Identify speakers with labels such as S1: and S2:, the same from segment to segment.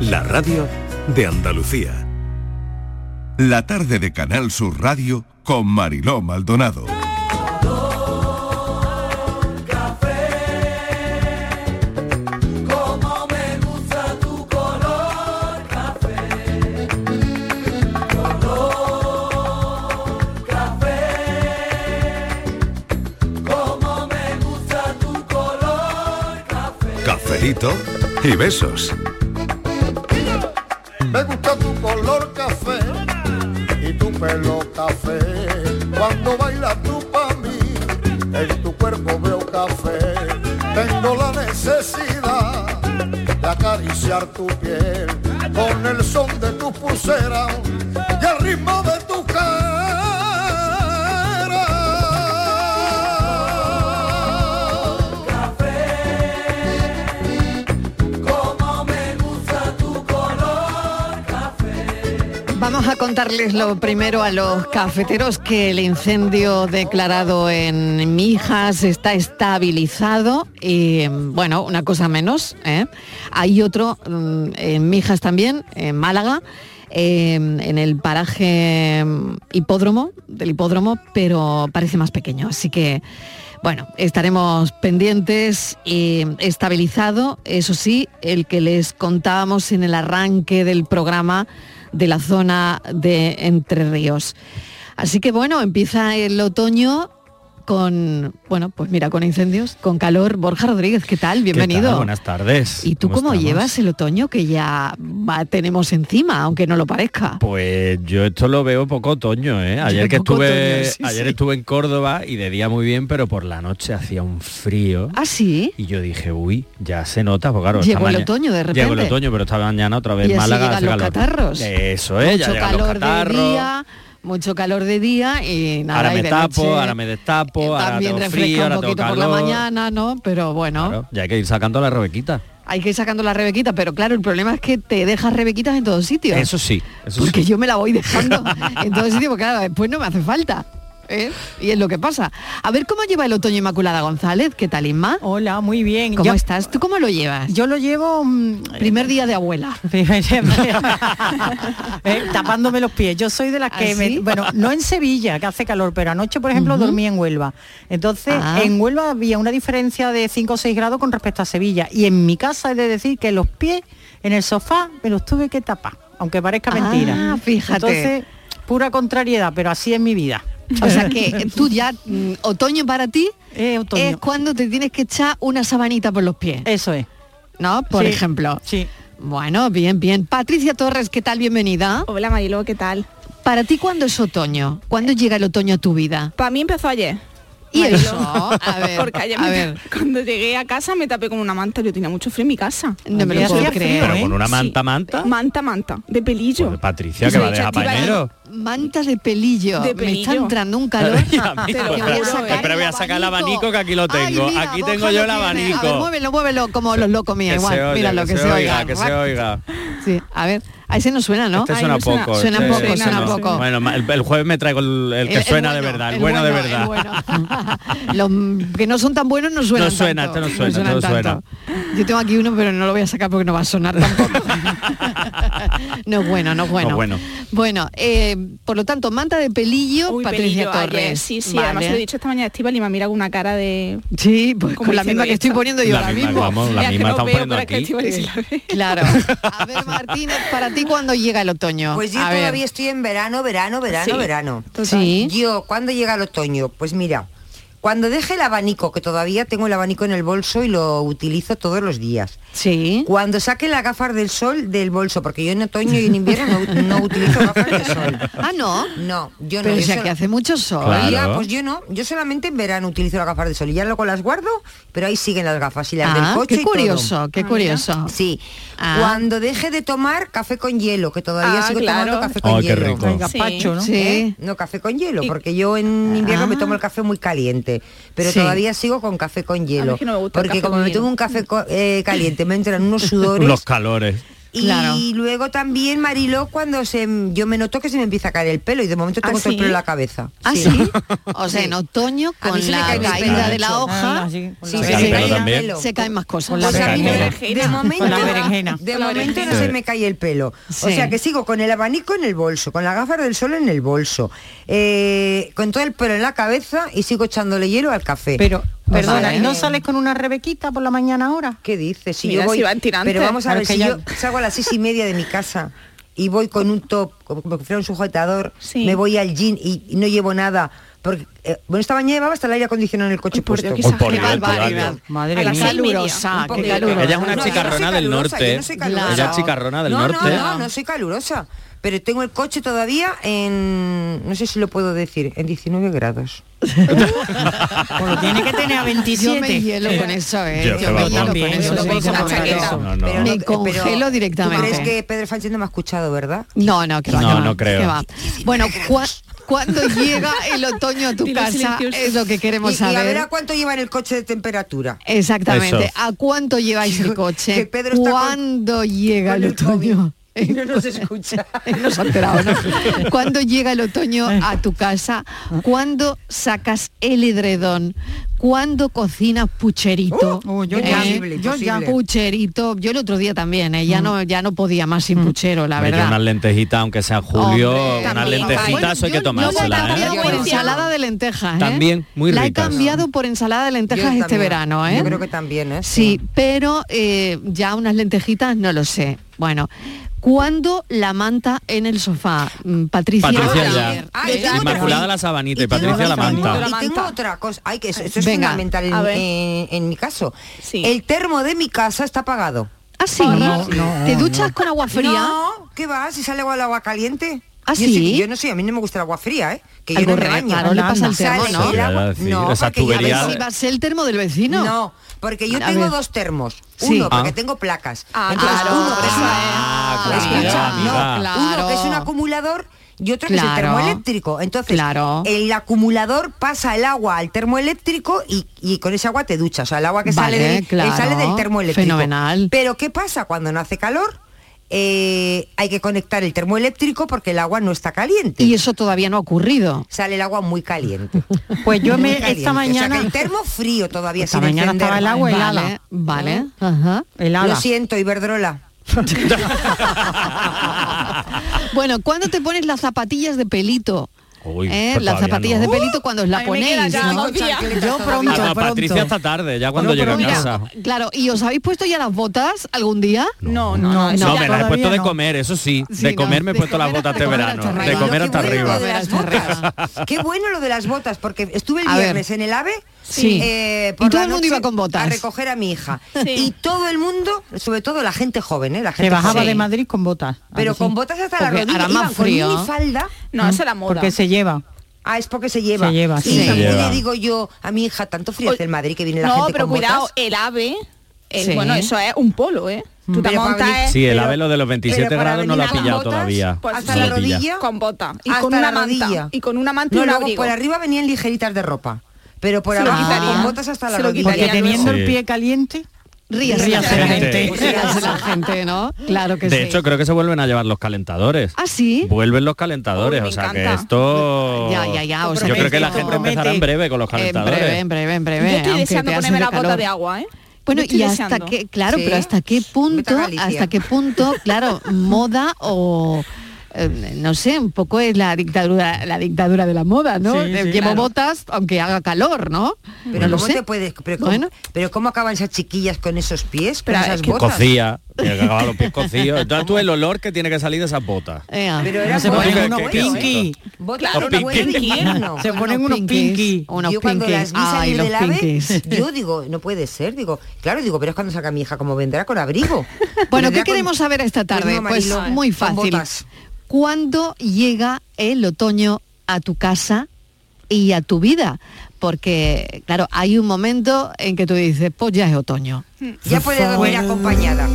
S1: La radio de Andalucía.
S2: La tarde de Canal Sur Radio con Mariló Maldonado.
S3: Como me gusta tu color café, color café. Como me gusta tu color café.
S1: Cafelito y besos.
S4: Me gusta tu color café y tu pelo café. Cuando bailas tú pa' mí, en tu cuerpo veo café. Tengo la necesidad de acariciar tu piel con el son de tu pulsera y el ritmo de tu
S3: Como me gusta tu color
S5: Vamos a contarles lo primero a los cafeteros que el incendio declarado en Mijas está estabilizado y bueno, una cosa menos. ¿eh? Hay otro mm, en Mijas también, en Málaga, eh, en el paraje mm, hipódromo, del hipódromo, pero parece más pequeño. Así que bueno, estaremos pendientes y estabilizado, eso sí, el que les contábamos en el arranque del programa de la zona de Entre Ríos. Así que bueno, empieza el otoño con, bueno, pues mira, con incendios, con calor. Borja Rodríguez, ¿qué tal?
S6: ¿Qué
S5: Bienvenido.
S6: tal? Buenas tardes.
S5: ¿Y tú cómo,
S6: estamos?
S5: llevas el otoño que ya va- tenemos encima, aunque no lo parezca?
S6: Pues yo esto lo veo poco otoño, ¿eh? Ayer que
S5: poco
S6: estuve,
S5: otoño, sí,
S6: ayer
S5: sí.
S6: estuve en Córdoba y de día muy bien, pero por la noche hacía un frío.
S5: ¿Ah, sí?
S6: Y yo dije, uy, ya se nota, porque claro,
S5: Llegó
S6: esta
S5: el
S6: maña-
S5: otoño de
S6: Llegó el
S5: repente.
S6: otoño, pero esta mañana otra
S5: Y
S6: vez
S5: así
S6: Málaga
S5: llegan
S6: hace
S5: los
S6: calor.
S5: catarros.
S6: Eso es, ya
S5: mucho
S6: llegan los
S5: calor
S6: catarros.
S5: de día, mucho calor de día y nada.
S6: ahora
S5: y
S6: me
S5: de
S6: tapo,
S5: noche
S6: ahora me destapo, ahora
S5: también
S6: tengo
S5: refresca
S6: frío,
S5: un
S6: ahora tengo
S5: poquito
S6: calor.
S5: por la mañana, ¿no? Pero bueno,
S6: Claro, ya hay que ir sacando la rebequita.
S5: hay que ir sacando la rebequita, pero claro, el problema es que te dejas rebequitas en todos sitios.
S6: Eso sí, eso
S5: porque
S6: sí.
S5: yo me la voy dejando en todos sitios, porque claro, después no me hace falta. ¿eh? Y es lo que pasa. A ver cómo lleva el otoño Inmaculada González, ¿qué tal Inma?
S7: Hola, muy bien.
S5: ¿Cómo
S7: Yo-
S5: estás? ¿Tú cómo lo llevas?
S7: Yo lo llevo mm,
S5: Primer día de abuela.
S7: eh, tapándome los pies. Yo soy de las que,
S5: ¿Ah,
S7: me-
S5: sí?
S7: bueno, no en Sevilla, que hace calor, pero anoche, por ejemplo, dormí en Huelva. Entonces,
S5: Ah.
S7: en Huelva había una diferencia de 5 o 6 grados con respecto a Sevilla. Y en mi casa he de decir que los pies en el sofá me los tuve que tapar, aunque parezca mentira.
S5: Ah, fíjate.
S7: Entonces, pura contrariedad, pero así es mi vida.
S5: O sea que tú ya, mm, otoño para ti,
S7: Eh, otoño.
S5: es cuando te tienes que echar una sabanita por los pies,
S7: Eso es.
S5: ¿no? Por
S7: Sí,
S5: ejemplo.
S7: Sí.
S5: Bueno, bien, bien. Patricia Torres, ¿qué tal? Bienvenida.
S8: Hola Marilo, ¿qué tal?
S5: Para ti, ¿cuándo es otoño? ¿Cuándo llega el otoño a tu vida?
S8: Para mí empezó ayer.
S5: Y
S8: Mariló.
S5: eso, a ver,
S8: Porque ayer
S5: a
S8: me-
S5: ver.
S8: cuando llegué a casa me tapé con una manta, yo tenía mucho frío en mi casa.
S5: No me lo
S7: Hacía
S5: puedo
S7: frío,
S5: creer.
S6: Pero con una
S8: Sí.
S6: manta, manta.
S8: Manta, manta, de pelillo.
S6: Joder,
S5: Pues
S6: Patricia,
S8: Y
S6: que
S8: se
S6: va
S8: lo
S6: de
S8: he hecho a ti,
S6: japanero.
S5: Manta de pelillo.
S8: De
S5: Me está
S8: pelillo.
S5: entrando un calor.
S6: Y a mí,
S5: Te lo
S6: pues,
S5: voy a
S8: espera,
S5: sacar
S6: espera, voy a sacar el abanico, que aquí lo tengo.
S5: Ay, mira,
S6: Aquí
S5: Borja
S6: tengo yo
S5: lo
S6: el
S5: tiene. A ver,
S6: abanico.
S5: muévelo, muévelo como los locos míos.
S6: Que se
S5: Igual,
S6: oiga,
S5: mira lo que, se, oiga.
S6: que se oiga.
S5: Sí, a ver, a ese no suena, ¿no?
S6: Este
S8: Ay,
S6: suena
S8: no suena-
S6: poco.
S5: suena
S6: este-
S5: poco,
S6: este
S5: suena
S6: no.
S5: poco.
S6: Bueno, ma- el, el jueves me traigo el, el que
S5: El- el
S6: suena de
S5: bueno,
S6: verdad, el,
S5: el
S6: bueno, de
S5: bueno,
S6: verdad.
S5: el bueno. Los que no son tan buenos no suenan.
S6: No suena,
S5: tanto,
S6: este no suena, este no
S5: tanto. Yo tengo aquí uno, pero no lo voy a sacar porque no va a sonar tampoco. no es bueno, no es
S6: No
S5: bueno.
S6: es bueno.
S5: Bueno, eh, por lo tanto, manta de pelillo,
S8: Uy,
S5: Patricia
S8: pelillo, ayer.
S5: Torres.
S8: Sí, sí,
S5: Vale.
S8: además se lo he dicho esta mañana a Estíbal y me ha mirado con una cara de...
S5: Sí, pues
S8: Como
S5: con la
S8: diciendo,
S5: misma que
S8: "Ya
S5: estoy
S8: está".
S5: poniendo yo
S6: La
S5: ahora
S6: misma,
S5: mismo.
S6: vamos, la
S8: Mira, que
S6: misma
S8: no
S6: estamos
S8: veo,
S6: poniendo
S8: pero es que
S6: aquí.
S8: Estíbal sí la ve.
S5: Claro. A ver, Martínez, para ti cuándo llega el otoño?
S9: Pues yo
S5: A ver.
S9: todavía estoy en verano, verano, verano,
S8: Sí.
S9: verano.
S5: Sí.
S9: Yo, ¿cuándo llega el otoño? Pues mira, cuando deje el abanico, que todavía tengo el abanico en el bolso y lo utilizo todos los días.
S5: Sí.
S9: Cuando saque las gafas del sol del bolso, porque yo en otoño y en invierno no, no utilizo gafas de sol.
S5: Ah, no.
S9: No, yo no.
S5: Pero
S9: yo
S5: o sea
S9: solo-
S5: que hace mucho sol.
S6: Claro.
S9: Ya, pues yo no, yo solamente en verano utilizo las gafas de sol y ya luego las guardo, pero ahí siguen las gafas y las
S5: Ah,
S9: del coche.
S5: qué
S9: y todo. Ah,
S5: curioso, qué curioso.
S9: Sí,
S5: Ah.
S9: cuando deje de tomar café con hielo, que todavía
S8: Ah,
S9: sigo
S8: claro.
S9: tomando café con
S6: Ay, qué
S9: hielo.
S6: rico.
S7: El gazpacho, ¿no?
S5: Sí.
S9: ¿Eh? No, café con hielo, porque yo en invierno
S8: Ah.
S9: me tomo el café muy caliente, pero
S5: Sí.
S9: todavía sigo con café con hielo.
S8: es que no me gusta el
S9: porque
S8: café
S9: como
S8: con
S9: me
S8: hielo.
S9: tomo un café co- eh, caliente me entran unos sudores.
S6: Los calores.
S9: Y luego también, Mariló, cuando se, yo me noto que se me empieza a caer el pelo y de momento tengo
S5: ¿Ah,
S9: todo el
S5: sí?
S9: pelo en la cabeza.
S5: Ah, sí. O sea, en otoño,
S9: A mí
S5: con
S9: se me
S5: la
S9: cae el pelo
S5: caída de la
S9: mucho.
S5: hoja,
S7: Ah, sí, con
S9: Sí,
S7: la
S9: se
S5: se,
S9: me
S10: Pero
S9: cae el
S10: también-
S9: pelo.
S5: se caen más cosas.
S9: Pues a mí
S10: Con la
S9: me-
S8: berenjena.
S9: de momento,
S7: Con la berenjena.
S9: de
S8: Con la
S9: momento no
S8: berenjena.
S9: se me cae el pelo. O
S5: Sí.
S9: sea que sigo con el abanico en el bolso, con las gafas del sol en el bolso, eh, con todo el pelo en la cabeza y sigo echándole hielo al café.
S7: Pero,
S5: Pues
S7: perdona, ¿eh?
S5: vale.
S7: ¿y ¿no sales con una rebequita por la mañana ahora?
S9: ¿eh? ¿Qué dices? Si
S8: Mira,
S9: yo voy,
S8: si van tirantes.
S9: pero vamos a
S7: Claro
S9: ver,
S7: que
S9: si
S7: ya-
S9: yo salgo a las seis y media de mi casa y voy con un top, como que fuera un sujetador,
S8: Sí.
S9: me voy al jean y, y no llevo nada, porque eh, bueno esta mañana llevaba hasta el aire acondicionado en el coche
S8: Ay, por
S9: puesto.
S8: Dios, qué
S10: Uy, por
S8: exagerado.
S10: Dios, Barbaridad. tío.
S7: Madre
S8: A las
S7: mía.
S8: seis y media.
S5: Calurosa,
S8: Un poco
S5: qué
S8: de-
S5: calurosa.
S6: Ella es una
S9: No, yo no soy
S6: chicarrona del
S9: calurosa, yo
S6: norte.
S9: no soy
S5: Claro.
S9: calurosa.
S6: Ella es chicarrona del
S9: No,
S6: norte.
S9: No, no, no soy calurosa. Pero tengo el coche todavía en, no sé si lo puedo decir, en 19 grados.
S7: Pues lo tiene que tener a
S5: Yo me
S7: 27.
S5: hielo con eso, ¿eh?
S10: Yo
S5: Yo me
S10: también,
S5: hielo con
S7: yo
S5: eso.
S7: también
S5: sí,
S7: con la
S5: como
S7: chaqueta.
S5: eso.
S6: No, no.
S9: Pero
S5: Me
S9: pero-
S5: congelo directamente.
S9: ¿Tú crees que Pedro Sánchez no me ha escuchado, verdad?
S5: No, no, que va,
S6: No,
S5: que va,
S6: no creo.
S5: que va. Bueno, cua- cuando llega el otoño a tu
S8: Dilo
S5: casa
S8: silencioso.
S5: es lo que queremos
S9: y, y a
S5: saber.
S9: ver a cuánto lleva en el coche de temperatura.
S5: Exactamente.
S6: Eso.
S5: ¿A cuánto lleváis el coche?
S9: Que Pedro está con-
S5: ¿Cuándo llega
S9: con
S5: el
S9: el
S5: otoño?
S9: No nos escucha.
S5: No se ha enterado, ¿no? ¿Cuándo llega el otoño a tu casa? ¿Cuándo sacas el edredón? ¿Cuándo cocinas pucherito? ¿Eh?
S7: Oh, yo ya, yo ya.
S5: Pucherito, yo el otro día también, ¿eh? ya no ya no podía más sin puchero, la
S6: Hombre, yo
S5: verdad.
S6: unas lentejitas, aunque sea julio,
S5: Hombre,
S6: unas
S5: también. Bueno,
S6: lentejitas hay que
S5: yo- yo la he
S6: tomárselas.
S5: cambiado
S6: ¿eh?
S5: por
S8: Yo-
S5: ensalada de lentejas, ¿eh?
S6: También, muy
S5: La he
S6: ricas.
S5: cambiado por ensalada de lentejas
S9: Yo
S5: este
S9: también.
S5: verano, ¿eh?
S9: Yo creo que también, ¿eh?
S5: Sí, pero eh, ya unas lentejitas no lo sé. Bueno, ¿cuándo la manta en el sofá? Mm, Patricia.
S6: Patricia
S5: Lola.
S6: ya.
S9: Ah, yo tengo
S6: Inmaculada
S9: otra.
S6: la sabanita y,
S9: tengo
S6: Patricia
S9: otra
S6: la manta.
S9: Y tengo
S8: manta.
S9: otra cosa. Ay, que eso, eso es
S5: Venga,
S9: fundamental en,
S8: a ver.
S9: en- en mi caso.
S8: Sí.
S9: El termo de mi casa está apagado.
S5: Ah, sí.
S7: No, no,
S5: ¿Te
S7: no.
S5: duchas con agua fría?
S9: No, ¿qué va? Si sale agua al agua caliente.
S5: ¿Ah,
S9: yo
S5: sí?
S9: soy- yo no sé, a mí no me gusta el agua fría, ¿eh? Que yo
S5: Algo
S9: no me
S5: re-
S9: baño.
S5: claro, le pasa al
S9: Sale
S5: termo, ¿no?
S9: el agua-
S6: Ya, ya, sí.
S9: No,
S6: Esa
S9: porque ya
S6: tubería-
S5: A
S9: ves-
S5: ver si va a ser el termo del vecino.
S9: No, porque yo
S5: A
S9: tengo
S5: ver.
S9: dos termos.
S5: Sí.
S9: Uno, porque
S6: Ah.
S9: tengo placas.
S8: Ah,
S9: Entonces,
S8: claro,
S9: uno, que es una-
S6: Ah,
S5: claro,
S9: Escucha, no,
S5: amiga.
S9: uno que es un
S5: Claro.
S9: acumulador y otro que es
S5: Claro.
S9: el termoeléctrico. Entonces,
S5: Claro.
S9: el acumulador pasa el agua al termoeléctrico y, y con ese agua te duchas. O sea, el agua que
S5: Vale,
S9: sale, del, que
S5: claro.
S9: sale del termoeléctrico.
S5: Fenomenal.
S9: Pero ¿qué pasa cuando no hace calor? Eh, hay que conectar el termoeléctrico porque el agua no está caliente.
S5: Y eso todavía no ha ocurrido.
S9: Sale el agua muy caliente.
S7: Pues yo
S9: Muy
S7: me
S9: caliente.
S7: esta
S9: O sea,
S7: mañana
S9: que el termo frío todavía
S7: Esta
S9: sin
S7: mañana estaba
S9: encender.
S7: el agua helada.
S9: ¿eh?
S5: Vale, vale, ajá.
S7: helada.
S9: Lo siento, Iberdrola.
S5: bueno, ¿cuándo te pones las zapatillas de pelito?
S6: Uy,
S5: ¿Eh?
S6: pues
S5: Las
S6: todavía
S5: zapatillas
S6: no.
S5: de pelito cuando os
S8: a
S5: la
S8: mí me queda
S5: ponéis.
S8: ya
S5: ¿no?
S8: dos días.
S9: Chancletas
S7: Yo
S9: todavía.
S6: A
S7: pronto,
S6: la Patricia
S7: pronto.
S6: hasta tarde, ya cuando llega a
S5: Mira,
S6: casa.
S5: claro, ¿y os habéis puesto ya las botas algún día?
S8: No, no,
S7: No,
S8: no. eso
S6: No,
S8: ya-
S6: me las he
S7: todavía
S6: puesto de
S7: no.
S6: comer, eso sí.
S5: Sí,
S6: de comer
S5: no,
S6: me he
S5: de
S6: puesto las
S5: comer
S6: botas este
S5: hasta- de comer
S6: verano.
S5: hasta
S6: De
S5: arriba.
S6: comer
S5: Lo
S6: hasta
S9: bueno
S5: que
S6: arriba.
S9: lo de las
S5: Hasta arriba.
S9: botas. Qué bueno lo de las botas, porque estuve el
S5: A ver.
S9: viernes en el AVE.
S5: Sí.
S9: eh,
S5: Y
S9: por
S5: todo
S9: la
S5: el mundo
S9: noche
S5: iba con botas.
S9: A recoger a mi hija.
S8: Sí.
S9: Y todo el mundo, sobre todo la gente joven, ¿eh? La
S7: Se
S9: gente
S7: bajaba
S9: joven.
S7: de Madrid con botas. ¿a
S9: Pero
S7: que sí?
S9: con botas hasta la
S5: Porque
S9: rodilla.
S5: hará más
S9: iban con
S5: frío.
S9: minifalda.
S8: No, esa es la moda.
S7: ¿Mm? Porque se lleva.
S9: Ah, es porque se lleva.
S7: Se lleva, sí.
S9: Y
S5: Se
S9: también
S6: lleva.
S9: le digo yo a mi hija, tanto frío hace el Madrid que viene la
S8: no,
S9: gente
S8: pero
S9: con
S8: cuidado,
S9: botas.
S8: el ave, el-
S5: Sí.
S8: bueno, eso es un polo, ¿eh?
S9: Pero
S8: Tú te
S9: para venir-
S8: montas
S6: Sí, el
S9: Pero-
S6: ave lo de los 27
S9: pero para
S6: grados no lo ha
S9: venir
S8: con
S6: pillado
S8: botas,
S6: todavía.
S8: pues,
S9: hasta
S6: No
S9: la
S6: lo pilla.
S9: rodilla.
S8: con bota y
S9: Hasta
S8: con una
S9: la
S8: manta
S9: rodilla.
S8: y con una manta y
S9: No,
S8: un
S9: luego
S8: abrigo.
S9: por arriba venían ligeritas de ropa. Pero por
S8: Se lo
S9: abajo
S8: quitaría.
S9: con botas hasta la
S8: Se lo
S9: rodilla.
S7: Porque
S8: quitaría
S7: teniendo
S6: luego.
S7: el pie caliente,
S5: Ríase,
S7: Ríase la
S6: gente.
S5: Ríase la gente, ¿no? Claro que
S6: De
S5: sí.
S6: hecho, creo que se vuelven a llevar los calentadores.
S5: ¿Ah, sí?
S6: Vuelven los calentadores,
S8: Uy, me
S6: o sea que
S8: encanta.
S6: esto...
S5: Ya, ya, ya, o sea
S6: Yo
S5: que
S6: creo que la
S5: esto
S6: gente
S7: promete.
S6: empezará en breve con los
S5: en
S6: calentadores.
S5: breve, en breve, en breve.
S8: Yo estoy
S5: aunque
S8: deseando
S5: te hace
S8: ponerme la bota
S5: calor.
S8: de agua, ¿eh?
S5: Bueno,
S8: Yo estoy
S5: y hasta
S8: deseando.
S5: que, claro,
S9: Sí.
S5: pero hasta qué punto,
S9: Vete a Galicia.
S5: hasta qué punto, claro, moda o eh, no sé, un poco es la dictadura, la dictadura de la moda, ¿no?
S7: Sí,
S5: De-
S7: sí,
S5: Llevo
S7: claro.
S5: botas aunque haga calor, ¿no?
S9: Pero
S5: no lo
S9: cómo
S5: sé.
S9: te puedes, pero cómo,
S5: Bueno. eh,
S9: pero cómo acaban esas chiquillas con esos pies, con
S8: Pero
S9: esas
S8: es que-
S9: botas.
S6: Cocía, que acababa los pies cocidos. Entonces tú el olor que tiene que salir de esas botas.
S9: Eh.
S5: Ea.
S9: Pero
S7: no
S9: eran
S7: se
S6: bueno,
S7: ponen
S6: que-
S7: unos
S6: que- que-
S7: pinky.
S9: ¿eh? botas
S6: Los
S9: de abuelo
S6: pinkies.
S9: de invierno.
S7: Se ponen unos pinky.
S5: Unos
S9: yo cuando las
S5: pinkies.
S9: vi salir
S5: Ay, los
S9: del ave,
S5: pinkies.
S9: yo digo, no puede ser, digo, claro, digo, pero es cuando saca mi hija, como vendrá con abrigo.
S8: Pues
S5: Bueno,
S9: Vendrá
S5: ¿qué
S9: con-
S5: queremos saber esta tarde?
S9: no,
S5: Pues,
S9: Mariló,
S5: muy
S9: con
S5: fácil.
S9: botas.
S5: ¿Cuándo llega el otoño a tu casa y a tu vida? Porque, claro, hay un momento en que tú dices, pues ya es otoño.
S9: Ya puedes dormir acompañada.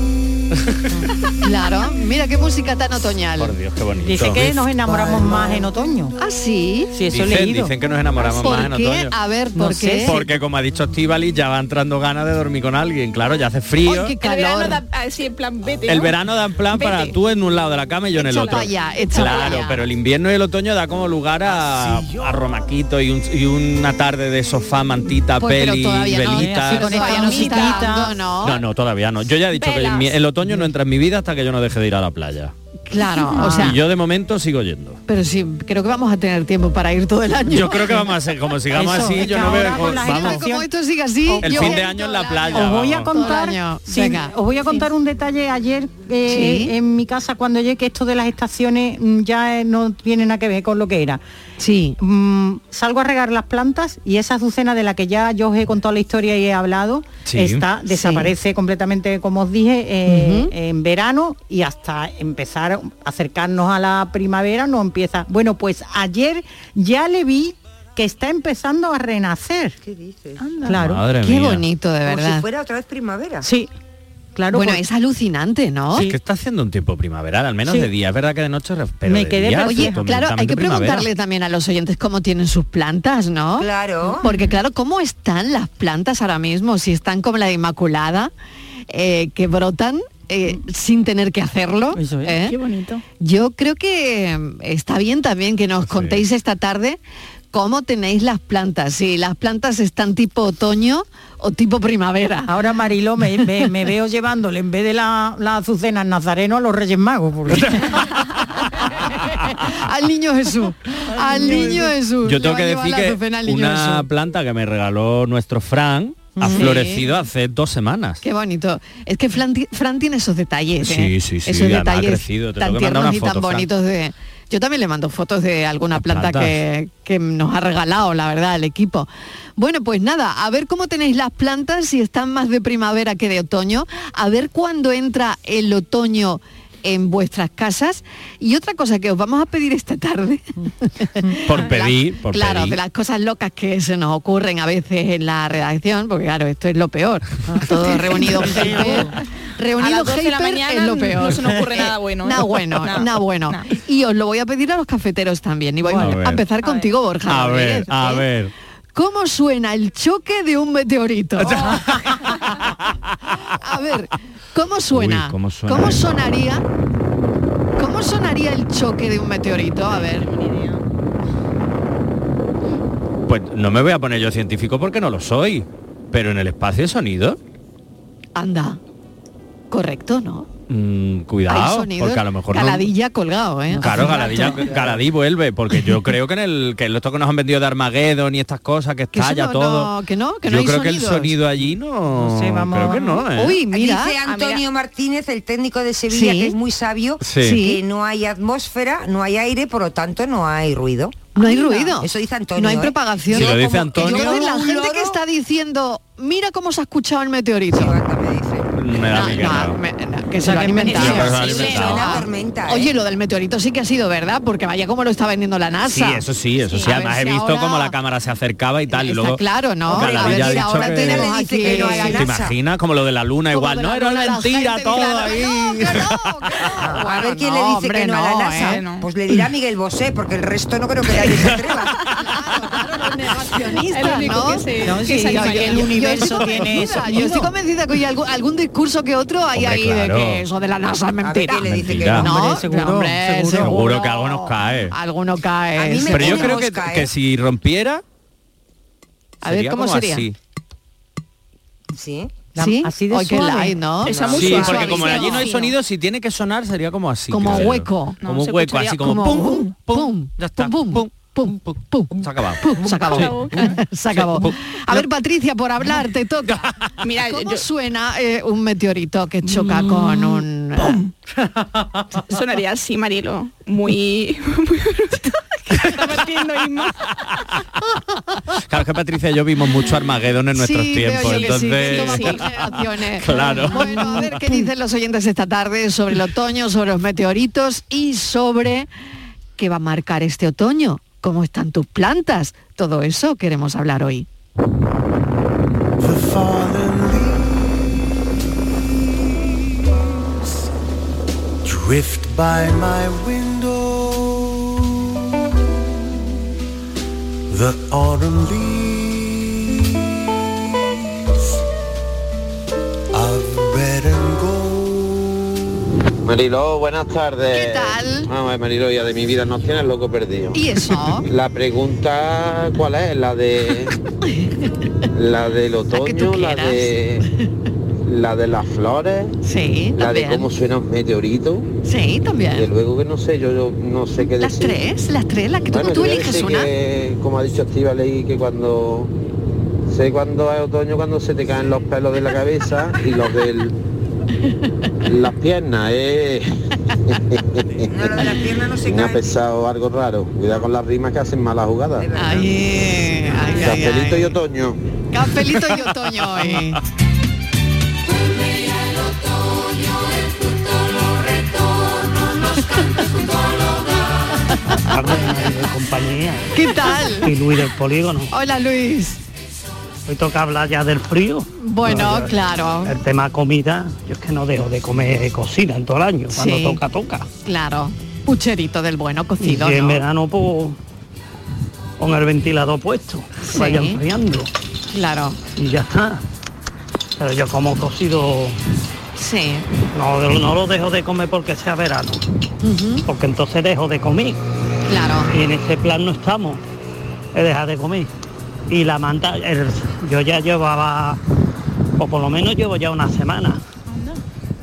S5: Claro, mira qué música tan otoñal.
S6: Por Dios, qué bonito.
S7: Dice que nos enamoramos más en otoño.
S5: Ah, sí.
S7: Sí, eso he
S6: Dicen,
S7: leído.
S6: dicen que nos enamoramos
S5: ¿Por
S6: más en
S5: qué?
S6: otoño.
S5: A ver,
S7: No
S5: ¿por
S7: sé.
S5: qué?
S6: Porque como ha dicho Estivali, ya va entrando ganas de dormir con alguien. Claro, ya hace frío.
S5: Ay, qué
S8: El verano
S5: calor.
S8: da, así en plan vete.
S6: El
S8: ¿no?
S6: verano da en plan para
S8: Vete.
S6: tú en un lado de la cama y yo en el
S8: Échala
S6: otro.
S5: pa' allá, échala pa'
S6: claro,
S5: allá.
S6: pero el invierno y el otoño da como lugar a, a romaquito y, un- y una tarde de sofá, mantita,
S5: Pues, pero
S6: peli,
S5: todavía no,
S6: velitas.
S5: sí, con esta
S7: Velitas.
S5: musiquita, no, no.
S6: No, no, todavía no. Yo ya he dicho
S8: Velas.
S6: que mi- el otoño no entra en mi vida hasta que yo no deje de ir a la playa.
S5: Claro, o sea,
S6: Y Ah, yo de momento sigo yendo.
S5: pero sí, creo que vamos a tener tiempo para ir todo el año.
S6: Yo creo que vamos a ser, como sigamos
S7: Eso,
S6: así,
S7: es
S6: yo
S7: que
S6: no veo...
S7: ahora con la
S6: vamos.
S5: Ah, como esto siga así,
S6: El
S5: yo
S6: fin
S5: voy
S6: de
S5: a ir
S6: año en
S5: todo
S6: la
S5: el
S6: playa.
S7: Os voy a
S6: vamos.
S7: contar,
S5: Todo el año.
S7: sí,
S5: Venga.
S7: os voy a contar un detalle ayer eh,
S5: Sí.
S7: en mi casa cuando llegué que esto de las estaciones mm, ya eh, no tiene nada que ver con lo que era.
S5: Sí.
S7: Mm, salgo a regar las plantas y esa azucena de la que ya yo os he contado la historia y he hablado
S6: Sí.
S7: está
S5: Sí.
S7: desaparece completamente como os dije eh, en verano y hasta empezar a acercarnos a la primavera no empieza bueno pues ayer ya le vi que está empezando a renacer
S9: ¿Qué dices?
S7: claro
S6: Madre
S5: Qué
S6: mía.
S5: bonito, de
S9: Como si
S5: verdad.
S9: fuera otra vez primavera.
S7: sí claro
S5: Bueno,
S7: porque-
S5: es alucinante, ¿no?
S6: Es que está haciendo un tiempo primaveral, al menos
S7: Sí.
S6: de día. Es verdad que de noche, ref- pero
S7: Me
S6: de
S7: quedé
S6: día
S7: perfecta.
S5: Oye,
S6: hace
S5: claro, hay
S6: totalmente
S5: que
S6: primavera.
S5: preguntarle también a los oyentes cómo tienen sus plantas, ¿no?
S9: Claro.
S5: Porque claro, ¿cómo están las plantas ahora mismo? Si están como la de Inmaculada, eh, que brotan eh, sin tener que hacerlo.
S7: Eso es.
S5: ¿eh?
S8: Qué bonito.
S5: Yo creo que mm, está bien también que nos contéis esta tarde cómo tenéis las plantas. Si las plantas están tipo otoño o tipo primavera.
S7: Ahora Mariló me, me- me veo llevándole en vez de la, la azucena al nazareno a los Reyes Magos. porque-
S5: al niño Jesús. Al niño Jesús.
S6: Yo
S5: Le
S6: tengo
S5: va
S6: que
S5: a llevar
S6: decir
S5: la azucena al
S6: que
S5: niño
S6: una
S5: Jesús.
S6: planta que me regaló nuestro Fran ha
S5: Sí.
S6: florecido hace dos semanas.
S5: Qué bonito. Es que Fran, ti- Fran tiene esos detalles. ¿eh?
S6: Sí, sí, sí,
S5: Esos
S6: además ha
S5: detalles
S6: crecido. Te
S5: tan
S6: tengo que mandar
S5: tiernos
S6: una
S5: y
S6: foto,
S5: tan
S6: Fran.
S5: bonitos de. Yo también le mando fotos de alguna
S6: Las
S5: planta
S6: plantas.
S5: que, que nos ha regalado, la verdad, el equipo. Bueno, pues nada, a ver cómo tenéis las plantas, si están más de primavera que de otoño, a ver cuándo entra el otoño en vuestras casas. Y otra cosa que os vamos a pedir esta tarde,
S6: Por pedir,
S5: las-
S6: por
S5: claro,
S6: pedir.
S5: de las cosas locas que se nos ocurren a veces en la redacción, porque claro, esto es lo peor. Todo reunido hater,
S8: Ah. A
S5: reunido
S8: las 12 de la
S5: hater
S8: mañana
S5: es lo peor.
S8: no se nos ocurre nada bueno, ¿eh?
S5: Nada bueno,
S8: Nada.
S5: nada bueno.
S8: Nada.
S5: Y os lo voy a pedir a los cafeteros también. Y voy
S6: Bueno. A
S5: a,
S6: ver.
S5: empezar contigo, Borja.
S6: A ver,
S5: Rodríguez,
S6: a
S5: ¿eh?
S6: ver.
S5: ¿Cómo suena el choque de un meteorito? A ver, ¿cómo suena?
S6: Uy, ¿cómo suena?
S5: sonaría? ¿Cómo sonaría el choque de un meteorito? A ver.
S6: Pues no me voy a poner yo científico porque no lo soy. Pero en el espacio de sonido,
S5: Anda. Correcto, ¿no?
S6: mm,
S5: Hay
S6: cuidado,
S5: sonido.
S6: porque a lo mejor no-
S5: Galadilla colgado, ¿eh?
S6: Claro, Galadilla, Galadí vuelve, porque yo creo que en el que esto que nos han vendido de Armageddon y estas cosas, que
S5: Que eso
S6: estalla
S5: no-
S6: todo.
S5: no, que no, que no
S6: yo
S5: hay
S6: creo que
S5: sonidos.
S6: el sonido allí no.
S7: No sé, vamos-
S6: creo que no, ¿eh?
S5: Uy, mira.
S9: Dice Antonio Martínez, el técnico de Sevilla,
S5: Sí.
S9: que es muy sabio,
S6: Sí.
S5: Sí.
S9: que no hay atmósfera, no hay aire, por lo tanto no hay ruido.
S5: No hay ruido.
S9: Eso dice Antonio,
S5: No hay
S9: ¿eh?
S5: propagación.
S6: Si lo dice
S9: como- que yo
S6: Antonio-
S5: Entonces,
S9: como
S5: la
S9: un
S5: gente
S9: loro-
S5: que está diciendo, mira cómo se ha escuchado el meteorito.
S9: Sí, Bata me dice.
S6: Me da a mí que
S5: No,
S6: no.
S5: no, me- no, que se lo han
S6: Sí, pero se lo
S5: inventado.
S6: han
S9: Sí,
S6: inventado.
S9: suena a tormenta, ¿eh?
S5: Ah, Oye, lo del meteorito sí que ha sido verdad, porque vaya como lo está vendiendo la NASA.
S6: Sí, eso sí, eso sí.
S5: Ah, A
S6: Además
S5: ver
S6: he
S5: si
S6: visto
S5: ahora-
S6: cómo la cámara se acercaba y tal. y
S5: Está
S6: luego
S5: claro, ¿no?
S6: Galadí
S5: A ver,
S6: ya ha
S5: mira,
S6: dicho
S5: ahora
S6: que-
S5: tenemos
S9: Le dice
S5: aquí...
S9: que no hay
S6: ¿Te
S9: NASA.
S6: imaginas? Como lo de la luna igual.
S5: Como
S6: No,
S5: de
S6: era
S5: la luna, la
S6: mentira
S5: gente,
S6: todo
S5: claro,
S6: ahí.
S5: no, que no, que no.
S9: A ver
S5: Bueno,
S9: quién le
S5: "Ah, no,
S9: dice
S5: hombre,
S9: que no, a la
S5: no,
S9: NASA.
S5: ¿eh?
S8: No.
S9: Pues le dirá Miguel Bosé, porque el resto no creo que nadie se atreva.
S5: negacionistas,
S8: El único
S5: ¿no?
S8: que se-
S5: No,
S8: que
S5: sí,
S8: se
S5: yo-
S8: animaría.
S5: yo-
S8: El
S5: yo
S7: universo
S5: estoy
S7: tiene
S5: convencida,
S7: eso.
S5: Yo estoy convencida que hay algú- algún discurso que otro hay
S6: Hombre,
S5: ahí
S6: claro.
S5: de que eso de la NASA es
S9: A ver
S5: mentira.
S9: quién le dice que
S6: Mentira.
S9: no.
S5: No,
S7: Hombre, seguro,
S5: hombre,
S7: seguro.
S6: Seguro que algo nos cae.
S5: Alguno cae.
S9: A mí me
S5: sí.
S6: Pero yo
S9: tiene
S6: creo que,
S9: mosca, ¿eh?
S6: que si rompiera.
S5: A ver,
S6: sería
S5: ¿cómo
S6: como
S5: sería?
S6: así.
S9: Sí.
S7: La-
S5: ¿Sí?
S7: así de
S5: Ay, qué
S7: suave.
S5: light, ¿no?
S8: Esa muy
S6: Sí,
S8: suave.
S6: porque como allí no hay
S8: Fino.
S6: sonido, si tiene que sonar sería como así.
S5: Como
S6: creo.
S5: hueco.
S8: No,
S6: Como un
S8: se
S6: hueco, así
S8: escucharía
S6: como pum, pum, pum. Ya está.
S5: pum, pum, pum, pum, pum.
S6: Se ha acabado.
S5: Pum, se acabó. Se acabó.
S6: Pum.
S5: A ver, Patricia, por hablar, te toca.
S8: Mira,
S5: ¿Cómo
S8: yo-
S5: suena eh, un meteorito que choca con un... eh?
S8: Sonaría así, Marilo. Muy... muy bruto. Está partiendo Isma.
S6: Claro que Patricia y yo vimos mucho Armageddon en nuestros
S5: sí,
S6: tiempos.
S5: veo yo que sí,
S6: entonces.
S5: tengo más consideraciones.
S6: Claro.
S5: Bueno, a ver qué dicen los oyentes esta tarde sobre el otoño, sobre los meteoritos y sobre qué va a marcar este otoño, cómo están tus plantas. Todo eso queremos hablar hoy.
S3: drift by my window. The autumn leaves of red and
S11: Mariló, buenas tardes.
S5: ¿Qué tal?
S11: Vamos a ver, Mariló, ya de mi vida no tienes loco perdido.
S5: ¿Y eso?
S11: La pregunta, ¿cuál es? La de... La del otoño, la, de... La de las flores.
S5: Sí,
S11: La de
S5: también.
S11: cómo suena un meteorito.
S5: Sí, también.
S11: De luego que no sé, yo, yo no sé qué
S5: Las
S11: decir.
S5: tres, las tres, las que tú,
S11: Bueno,
S5: tú
S11: yo voy a
S5: eliges
S11: decir
S5: una.
S11: que, como ha dicho Estiva Leí, que cuando sé cuando es otoño, cuando se te caen los pelos de la cabeza y los del las piernas, eh. Me ha pesado algo raro. Cuidado con las rimas que hacen malas jugadas.
S5: Ay, ay, ay,
S11: Cafelito y otoño.
S5: Cafelito y otoño eh. hoy.
S12: Carmen, Mariló y compañía.
S5: ¿Qué tal?
S12: Y Luis del Polígono.
S5: Hola Luis.
S12: Hoy toca hablar ya del frío.
S5: Bueno, claro.
S12: El tema comida, yo es que no dejo de comer cocina en todo el año. Cuando
S5: Sí.
S12: toca, toca.
S5: Claro. Pucherito del bueno
S12: Y
S5: cocido.
S12: en
S5: ¿no?
S12: verano, pues, con el ventilador puesto,
S5: Sí.
S12: vaya enfriando.
S5: Claro.
S12: Y ya está. Pero yo como cocido...
S5: Sí.
S12: No, no lo dejo de comer porque sea verano. Porque entonces dejo de comer.
S5: Claro.
S12: Y en ese plan no estamos. He dejado de comer. Y la manta, el- yo ya llevaba, o por lo menos llevo ya una semana.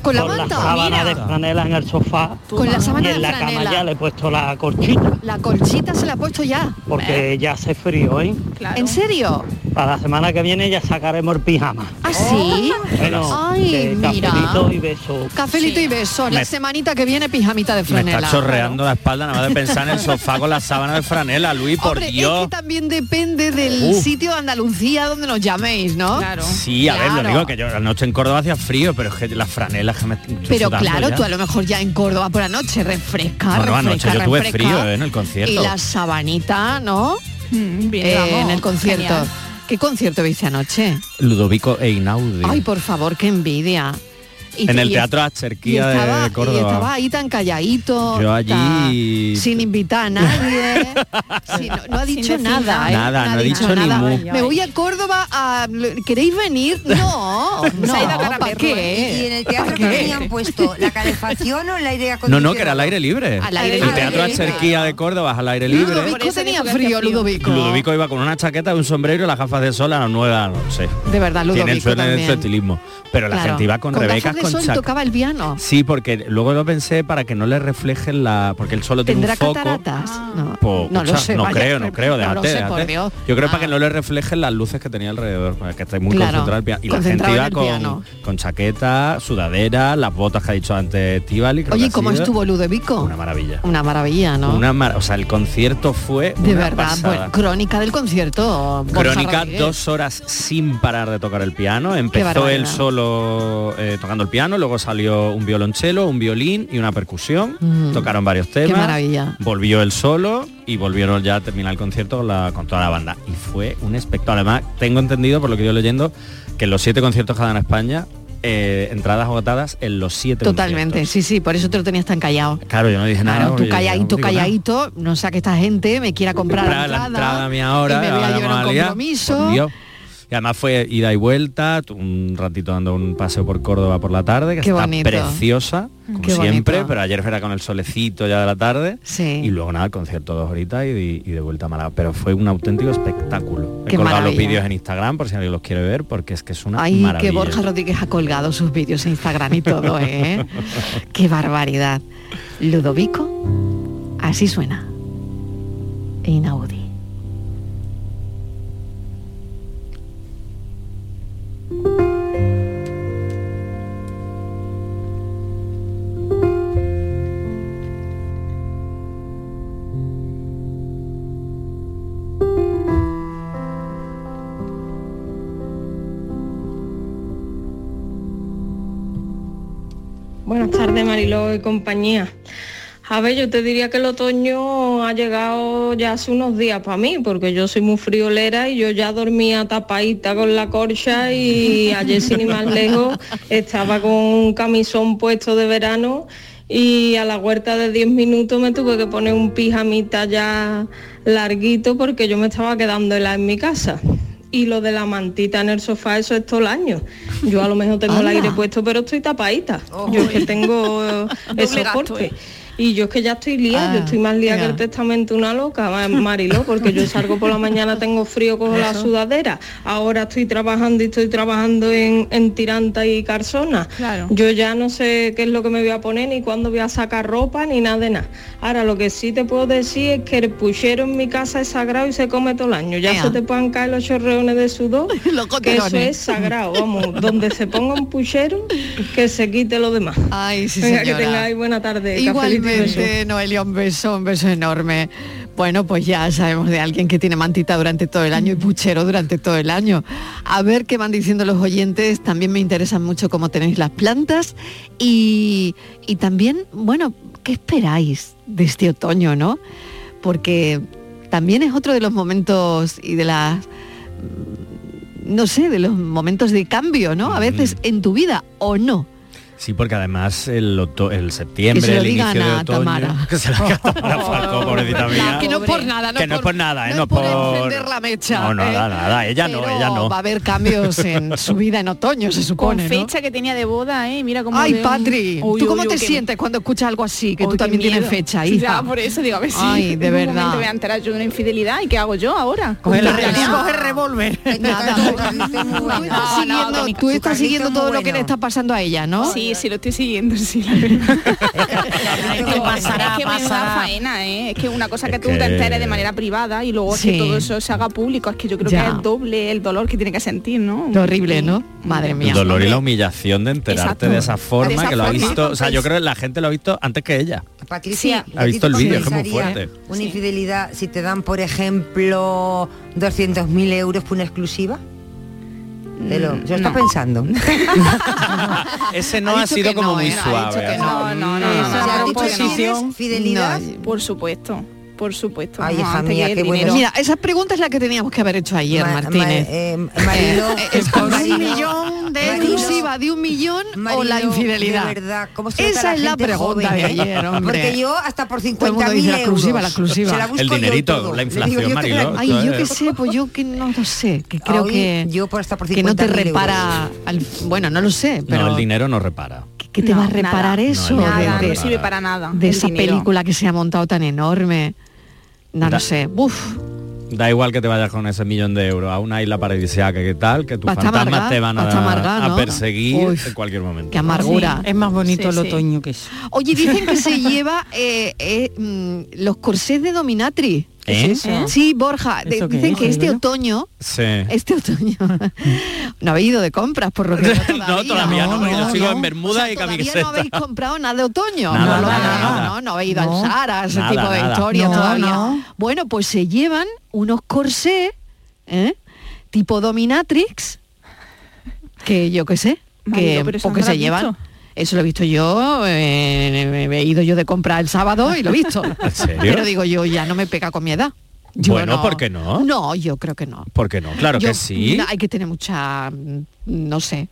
S5: Con la manta,
S12: sábana
S5: mira.
S12: de franela en el sofá.
S5: Con la sábana
S12: y en
S5: de
S12: la
S5: franela.
S12: cama ya le he puesto la corchita.
S5: La colchita se la ha puesto ya.
S12: Porque ya hace frío, ¿eh?
S5: ¿En serio?
S12: Para la semana que viene ya sacaremos el pijama.
S5: ¿Ah, sí?
S12: Bueno,
S5: Ay,
S12: de
S6: eh,
S5: mira.
S12: cafelito y beso.
S5: Cafelito y beso. La
S6: Me-
S5: semanita que viene, pijamita de
S6: Me está
S5: franela.
S6: chorreando la espalda nada más de pensar en el sofá con la sábana de franela, Luis, por
S5: Hombre, es
S6: Dios.
S5: que también depende del
S6: Uf.
S5: sitio de Andalucía donde nos llaméis, ¿no? Claro.
S6: Sí, a ver, lo digo, que yo la noche en Córdoba hacía frío, pero es que las franelas que me estoy
S5: Pero
S6: sudando
S5: claro,
S6: ya.
S5: tú a lo mejor ya en Córdoba por la noche refresca,
S6: Bueno, anoche
S5: refresca,
S6: yo tuve
S5: refresca.
S6: frío eh, en el
S5: Y
S6: concierto.
S5: la sabanita, ¿no?
S9: Mm,
S5: Eh,
S13: vamos,
S5: en el concierto.
S13: genial.
S5: ¿Qué concierto viste anoche?
S6: Ludovico e Inaudi.
S5: Ay, por favor, qué envidia. Y-
S6: en el
S5: y-
S6: Teatro
S5: y
S6: Axerquía
S5: estaba,
S6: de Córdoba.
S5: y estaba ahí tan calladito,
S6: Yo allí-
S5: tan- sin invitar a nadie, Sí, no, no ha dicho nada, ¿eh?
S6: Nada, no
S5: ha
S6: he dicho ni
S5: nada.
S6: mu.
S5: Me voy a Córdoba, a... ¿queréis venir? No,
S9: Se ha ido a
S5: no, ¿para
S9: Caraperro,
S5: qué?
S9: ¿eh? Y en el teatro que tenían puesto la calefacción o el aire
S6: No,
S9: acondicionado.
S6: no, que era al aire libre.
S9: Al aire
S6: el
S9: libre.
S6: Teatro
S9: Al aire
S6: Axerquía de Córdoba es al aire libre.
S5: Ludovico tenía frío, Ludovico.
S6: Ludovico iba con una chaqueta, un sombrero y las gafas de sol a las 9 de la noche.
S5: De verdad, Ludovico
S6: Tiene el suelo en
S5: también.
S6: su estilismo. Pero la
S5: Claro.
S6: gente iba con, rebecas,
S5: gafas de
S6: con
S5: sol
S6: chac-
S5: tocaba el piano.
S6: Sí, porque luego lo pensé para que no le reflejen la... Porque él solo tiene
S5: ¿Tendrá
S6: un foco. Ah.
S5: cataratas? No,
S6: Po-
S5: no lo
S6: escucha,
S5: sé.
S6: No
S5: vaya,
S6: creo, no creo, déjate,
S5: No lo sé, por
S6: déjate.
S5: Dios. Ah.
S6: Yo creo para que no le reflejen las luces que tenía alrededor, para que esté muy
S5: Claro,
S6: concentrado el pia- Y la gente
S5: concentrado en
S6: iba
S5: el piano.
S6: con, con chaqueta, sudadera, las botas que ha dicho antes Tivali.
S5: Oye, ¿cómo estuvo Ludovico?
S6: Una maravilla.
S5: Una maravilla, ¿no?
S6: Una mar- o sea, el concierto fue
S5: de
S6: una
S5: verdad,
S6: pasada.
S5: bueno, crónica del concierto. Borja
S6: Crónica,
S5: Rodríguez.
S6: dos horas sin parar de tocar el piano. Empezó
S5: barbaridad.
S6: él solo eh, tocando el piano, luego salió un violonchelo, un violín y una percusión.
S5: Mm.
S6: Tocaron varios temas.
S5: Qué maravilla.
S6: Volvió él solo y volvieron ya a terminar el concierto con, la- con toda la banda. Y fue un espectáculo. Además, tengo entendido, por lo que yo leyendo, que en los siete conciertos que dan a España, eh, entradas agotadas en los siete
S5: Totalmente, sí, sí, por eso te lo tenías tan callado.
S6: conciertos. Claro, yo no dije nada.
S5: Claro,
S6: porque
S5: tú
S6: yo-
S5: calladito,
S6: digo, nada.
S5: calladito, no sea que esta gente me quiera comprar la
S6: Comprar la
S5: entrada,
S6: entrada a mí ahora,
S5: y me voy
S6: ahora
S5: a llevar
S6: vamos
S5: un
S6: a liar.
S5: compromiso.
S6: Por Dios. Y además fue ida y vuelta, tu- un ratito dando un paseo por Córdoba por la tarde, que
S5: Qué
S6: está
S5: bonito. Mm,
S6: preciosa, como
S5: Qué
S6: siempre,
S5: bonito.
S6: pero ayer era con el solecito ya de la tarde.
S5: Sí.
S6: Y luego nada, el concierto dos horitas y, de- y de vuelta a Málaga. Pero fue un auténtico espectáculo. He
S5: Qué
S6: colgado los
S5: maravilla.
S6: vídeos en Instagram por si alguien los quiere ver, porque es que es una
S5: Ay,
S6: maravilla.
S5: que Borja Rodríguez ha colgado sus vídeos en Instagram y todo, ¿eh? Qué barbaridad. Ludovico, así suena. E Inaudi.
S14: Buenas tardes, Mariló y compañía. A ver, yo te diría que el otoño ha llegado ya hace unos días para mí, porque yo soy muy friolera y yo ya dormía tapadita con la corcha y ayer sin ir más lejos estaba con un camisón puesto de verano y a la huerta de 10 minutos me tuve que poner un pijamita ya larguito porque yo me estaba quedando helada en mi casa. Y lo de la mantita en el sofá, eso es todo el año. Yo a lo mejor tengo el
S8: Anda.
S14: aire puesto, pero estoy tapadita. Yo es que tengo
S8: Doble
S14: esos
S8: gasto,
S14: cortes.
S8: ¿eh?
S14: Y yo es que ya estoy liada,
S8: Ah,
S14: yo estoy más liada
S8: ya.
S14: que el testamento una loca, ma- Mariló, porque yo salgo por la mañana, tengo frío, cojo la
S8: Eso.
S14: sudadera. Ahora estoy trabajando y estoy trabajando en, en tiranta y carzona.
S8: Claro.
S14: Yo ya no sé qué es lo que me voy a poner, ni cuándo voy a sacar ropa, ni nada de nada. Ahora lo que sí te puedo decir es que el puchero en mi casa es sagrado y se come todo el año. Ya
S8: Ea.
S14: se te puedan caer los chorreones de sudor, que eso
S8: coterones.
S14: es sagrado, vamos. Donde se ponga un puchero, que se quite lo demás.
S5: Ay, sí,
S14: Venga,
S5: señora.
S14: que tengáis buena tarde. cafelito y besos.
S5: Igualmente, Noelia, un beso, un beso enorme. Bueno, pues ya sabemos de alguien que tiene mantita durante todo el año y puchero durante todo el año. A ver qué van diciendo los oyentes. También me interesan mucho cómo tenéis las plantas y, y también, bueno, ¿qué esperáis de este otoño, no? Porque también es otro de los momentos y de las no sé, de los momentos de cambio, ¿no? A veces en tu vida o no.
S6: Sí, porque además el, oto- el septiembre,
S5: Que se lo
S6: el
S5: digan
S6: inicio de
S5: a
S6: otoño,
S5: Tamara.
S6: que se lo diga a Tamara Falcó, pobrecita mía.
S5: que no es por nada, no
S6: que
S5: es
S6: no es por nada, ¿eh? no es
S5: por
S6: por
S5: encender la mecha.
S6: No,
S5: ¿eh?
S6: nada, nada, ella no,
S5: Pero
S6: ella no.
S5: Va a haber cambios en su vida en otoño, se
S8: Con
S5: supone. ¿no?
S8: fecha que tenía de boda, ¿eh? Mira cómo...
S5: Ay,
S8: veo un-
S5: Patri,
S8: Uy, uy,
S5: ¿tú cómo
S8: uy,
S5: te
S8: qué-
S5: sientes cuando escuchas algo así? Que
S8: uy,
S5: tú
S8: qué
S5: también tienes
S8: miedo.
S5: fecha,
S8: Sí,
S5: hija.
S8: Ya, por eso digo, a ver si
S5: Ay, de
S8: en un momento
S5: verdad.
S8: voy a enterar yo de una infidelidad y ¿qué hago yo ahora?
S5: Coge el
S8: Porque
S5: revólver.
S8: ahora-
S5: Coge el Tú estás siguiendo,
S8: Ah, que mi-
S5: tú
S8: su
S5: estás
S8: carrito
S5: siguiendo
S8: es muy
S5: todo lo que
S8: bueno.
S5: le está pasando a ella, ¿no?
S8: Sí, sí, lo estoy siguiendo, sí, la verdad. es que
S7: pasará,
S8: es que menuda
S7: pasará.
S8: faena, ¿eh? Es que una cosa que tú
S7: que-
S8: te enteres de manera privada y luego
S5: Sí.
S8: que todo eso se haga público, es que yo creo
S5: Ya.
S8: que es el doble el dolor que tiene que sentir, ¿no? Mm.
S5: Horrible, ¿no? Madre mía.
S6: El dolor y la humillación de enterarte
S8: Exacto.
S6: de esa forma
S8: De esa
S6: que lo ha
S8: forma,
S6: visto. O sea,
S9: pues-
S6: yo creo que la gente lo ha visto antes que ella.
S9: Patricia,
S6: Ha visto el vídeo, es que es muy
S9: compensaría
S6: fuerte.
S9: Una infidelidad, si te dan, por ejemplo, 200.000 euros por una exclusiva. Te lo, se lo está pensando.
S6: Ese no
S9: Ha
S6: ha,
S9: dicho
S6: sido
S9: que
S6: como
S9: no,
S6: muy
S9: ¿eh? Ha
S6: suave.
S9: dicho que
S6: ¿eh?
S8: No, no, no, no,
S9: O
S8: no,
S9: sea,
S8: pues, no,
S9: ¿tú
S8: por
S9: prefieres
S8: supuesto.
S9: fidelidad?
S8: Por supuesto, por supuesto.
S9: Ay,
S8: no,
S9: hija
S8: antes
S9: mía,
S8: que el
S9: qué bueno.
S8: dinero.
S5: Mira, esa pregunta es la que teníamos que haber hecho ayer,
S9: Ma- ma-
S5: Martínez.
S9: eh, Mariló,
S5: Eh, es
S9: Mariló,
S5: un millón de
S9: Mariló,
S5: exclusiva de un millón o la
S9: Mariló,
S5: infidelidad.
S9: De verdad, ¿cómo se nota
S5: esa es la
S9: gente
S5: pregunta
S9: joven,
S5: de
S9: eh?
S5: ayer, hombre.
S9: Porque yo hasta por
S5: Todo el mundo
S9: 50.000
S5: dice
S9: euros.
S5: la exclusiva, la exclusiva.
S9: se la busco
S6: El
S9: yo
S6: dinerito,
S9: todo.
S6: la
S9: Le digo,
S6: inflación,
S9: yo te la-
S6: Mariló.
S5: Ay,
S6: todo
S5: yo
S6: es-
S5: qué sé, pues yo que no lo sé, que creo
S9: Hoy
S5: que
S9: yo por hasta por
S5: que no te
S9: 50.000
S5: repara al- bueno, no lo sé, pero
S6: No, el dinero no repara.
S5: ¿qué te va a reparar
S8: nada.
S5: eso?
S8: No,
S5: de-
S8: nada,
S5: de-
S8: no sirve para nada.
S5: de
S8: el
S5: esa
S8: dinero.
S5: película que se ha montado tan enorme. No lo
S6: Da-
S5: sé. Uf,
S6: Da igual que te vayas con ese millón de euros a una isla paradisíaca, que tal, que tus
S5: Va a estar
S6: fantasmas
S5: amarga,
S6: te van
S5: va a
S6: a,
S5: estar amarga, ¿no?
S6: a perseguir
S5: Uf,
S6: en cualquier momento.
S5: qué amargura.
S7: Sí, es más bonito el otoño que eso.
S5: Oye, dicen que se lleva eh, eh, mm, los corsés de dominatrix.
S6: ¿Qué es ¿Eh? eso?
S5: Sí, Borja, de-
S6: ¿Eso qué
S5: dicen
S6: es,
S5: que este
S6: Mariló?
S5: otoño,
S6: Sí.
S5: este otoño, no habéis ido de compras por lo que veo todavía.
S6: no, todavía no, porque yo
S5: no,
S6: sigo
S5: no.
S6: en Bermuda y
S5: Todavía no
S6: camiseta.
S5: habéis comprado nada de otoño.
S6: Nada,
S5: no, lo-
S6: nada,
S5: no,
S6: nada.
S5: no, no habéis ido
S6: No.
S5: al Zara, ese
S6: Nada,
S5: tipo de
S6: nada.
S5: historia
S6: No,
S5: todavía.
S6: no.
S5: Bueno, pues se llevan unos corsés, ¿eh? tipo dominatrix, que yo qué sé,
S8: Marido,
S5: que
S8: pero eso
S5: porque
S8: no lo
S5: se
S8: has
S5: llevan.
S8: visto.
S5: Eso lo he visto yo, eh, he ido yo de compra el sábado y lo he visto.
S6: ¿En serio?
S5: Pero digo yo, ya no me pega con mi edad. Yo
S6: bueno,
S5: no.
S6: ¿por qué no?
S5: No, yo creo que no.
S6: ¿Por qué no? Claro
S5: Yo-
S6: que sí.
S5: Hay que tener mucha, mm, no sé.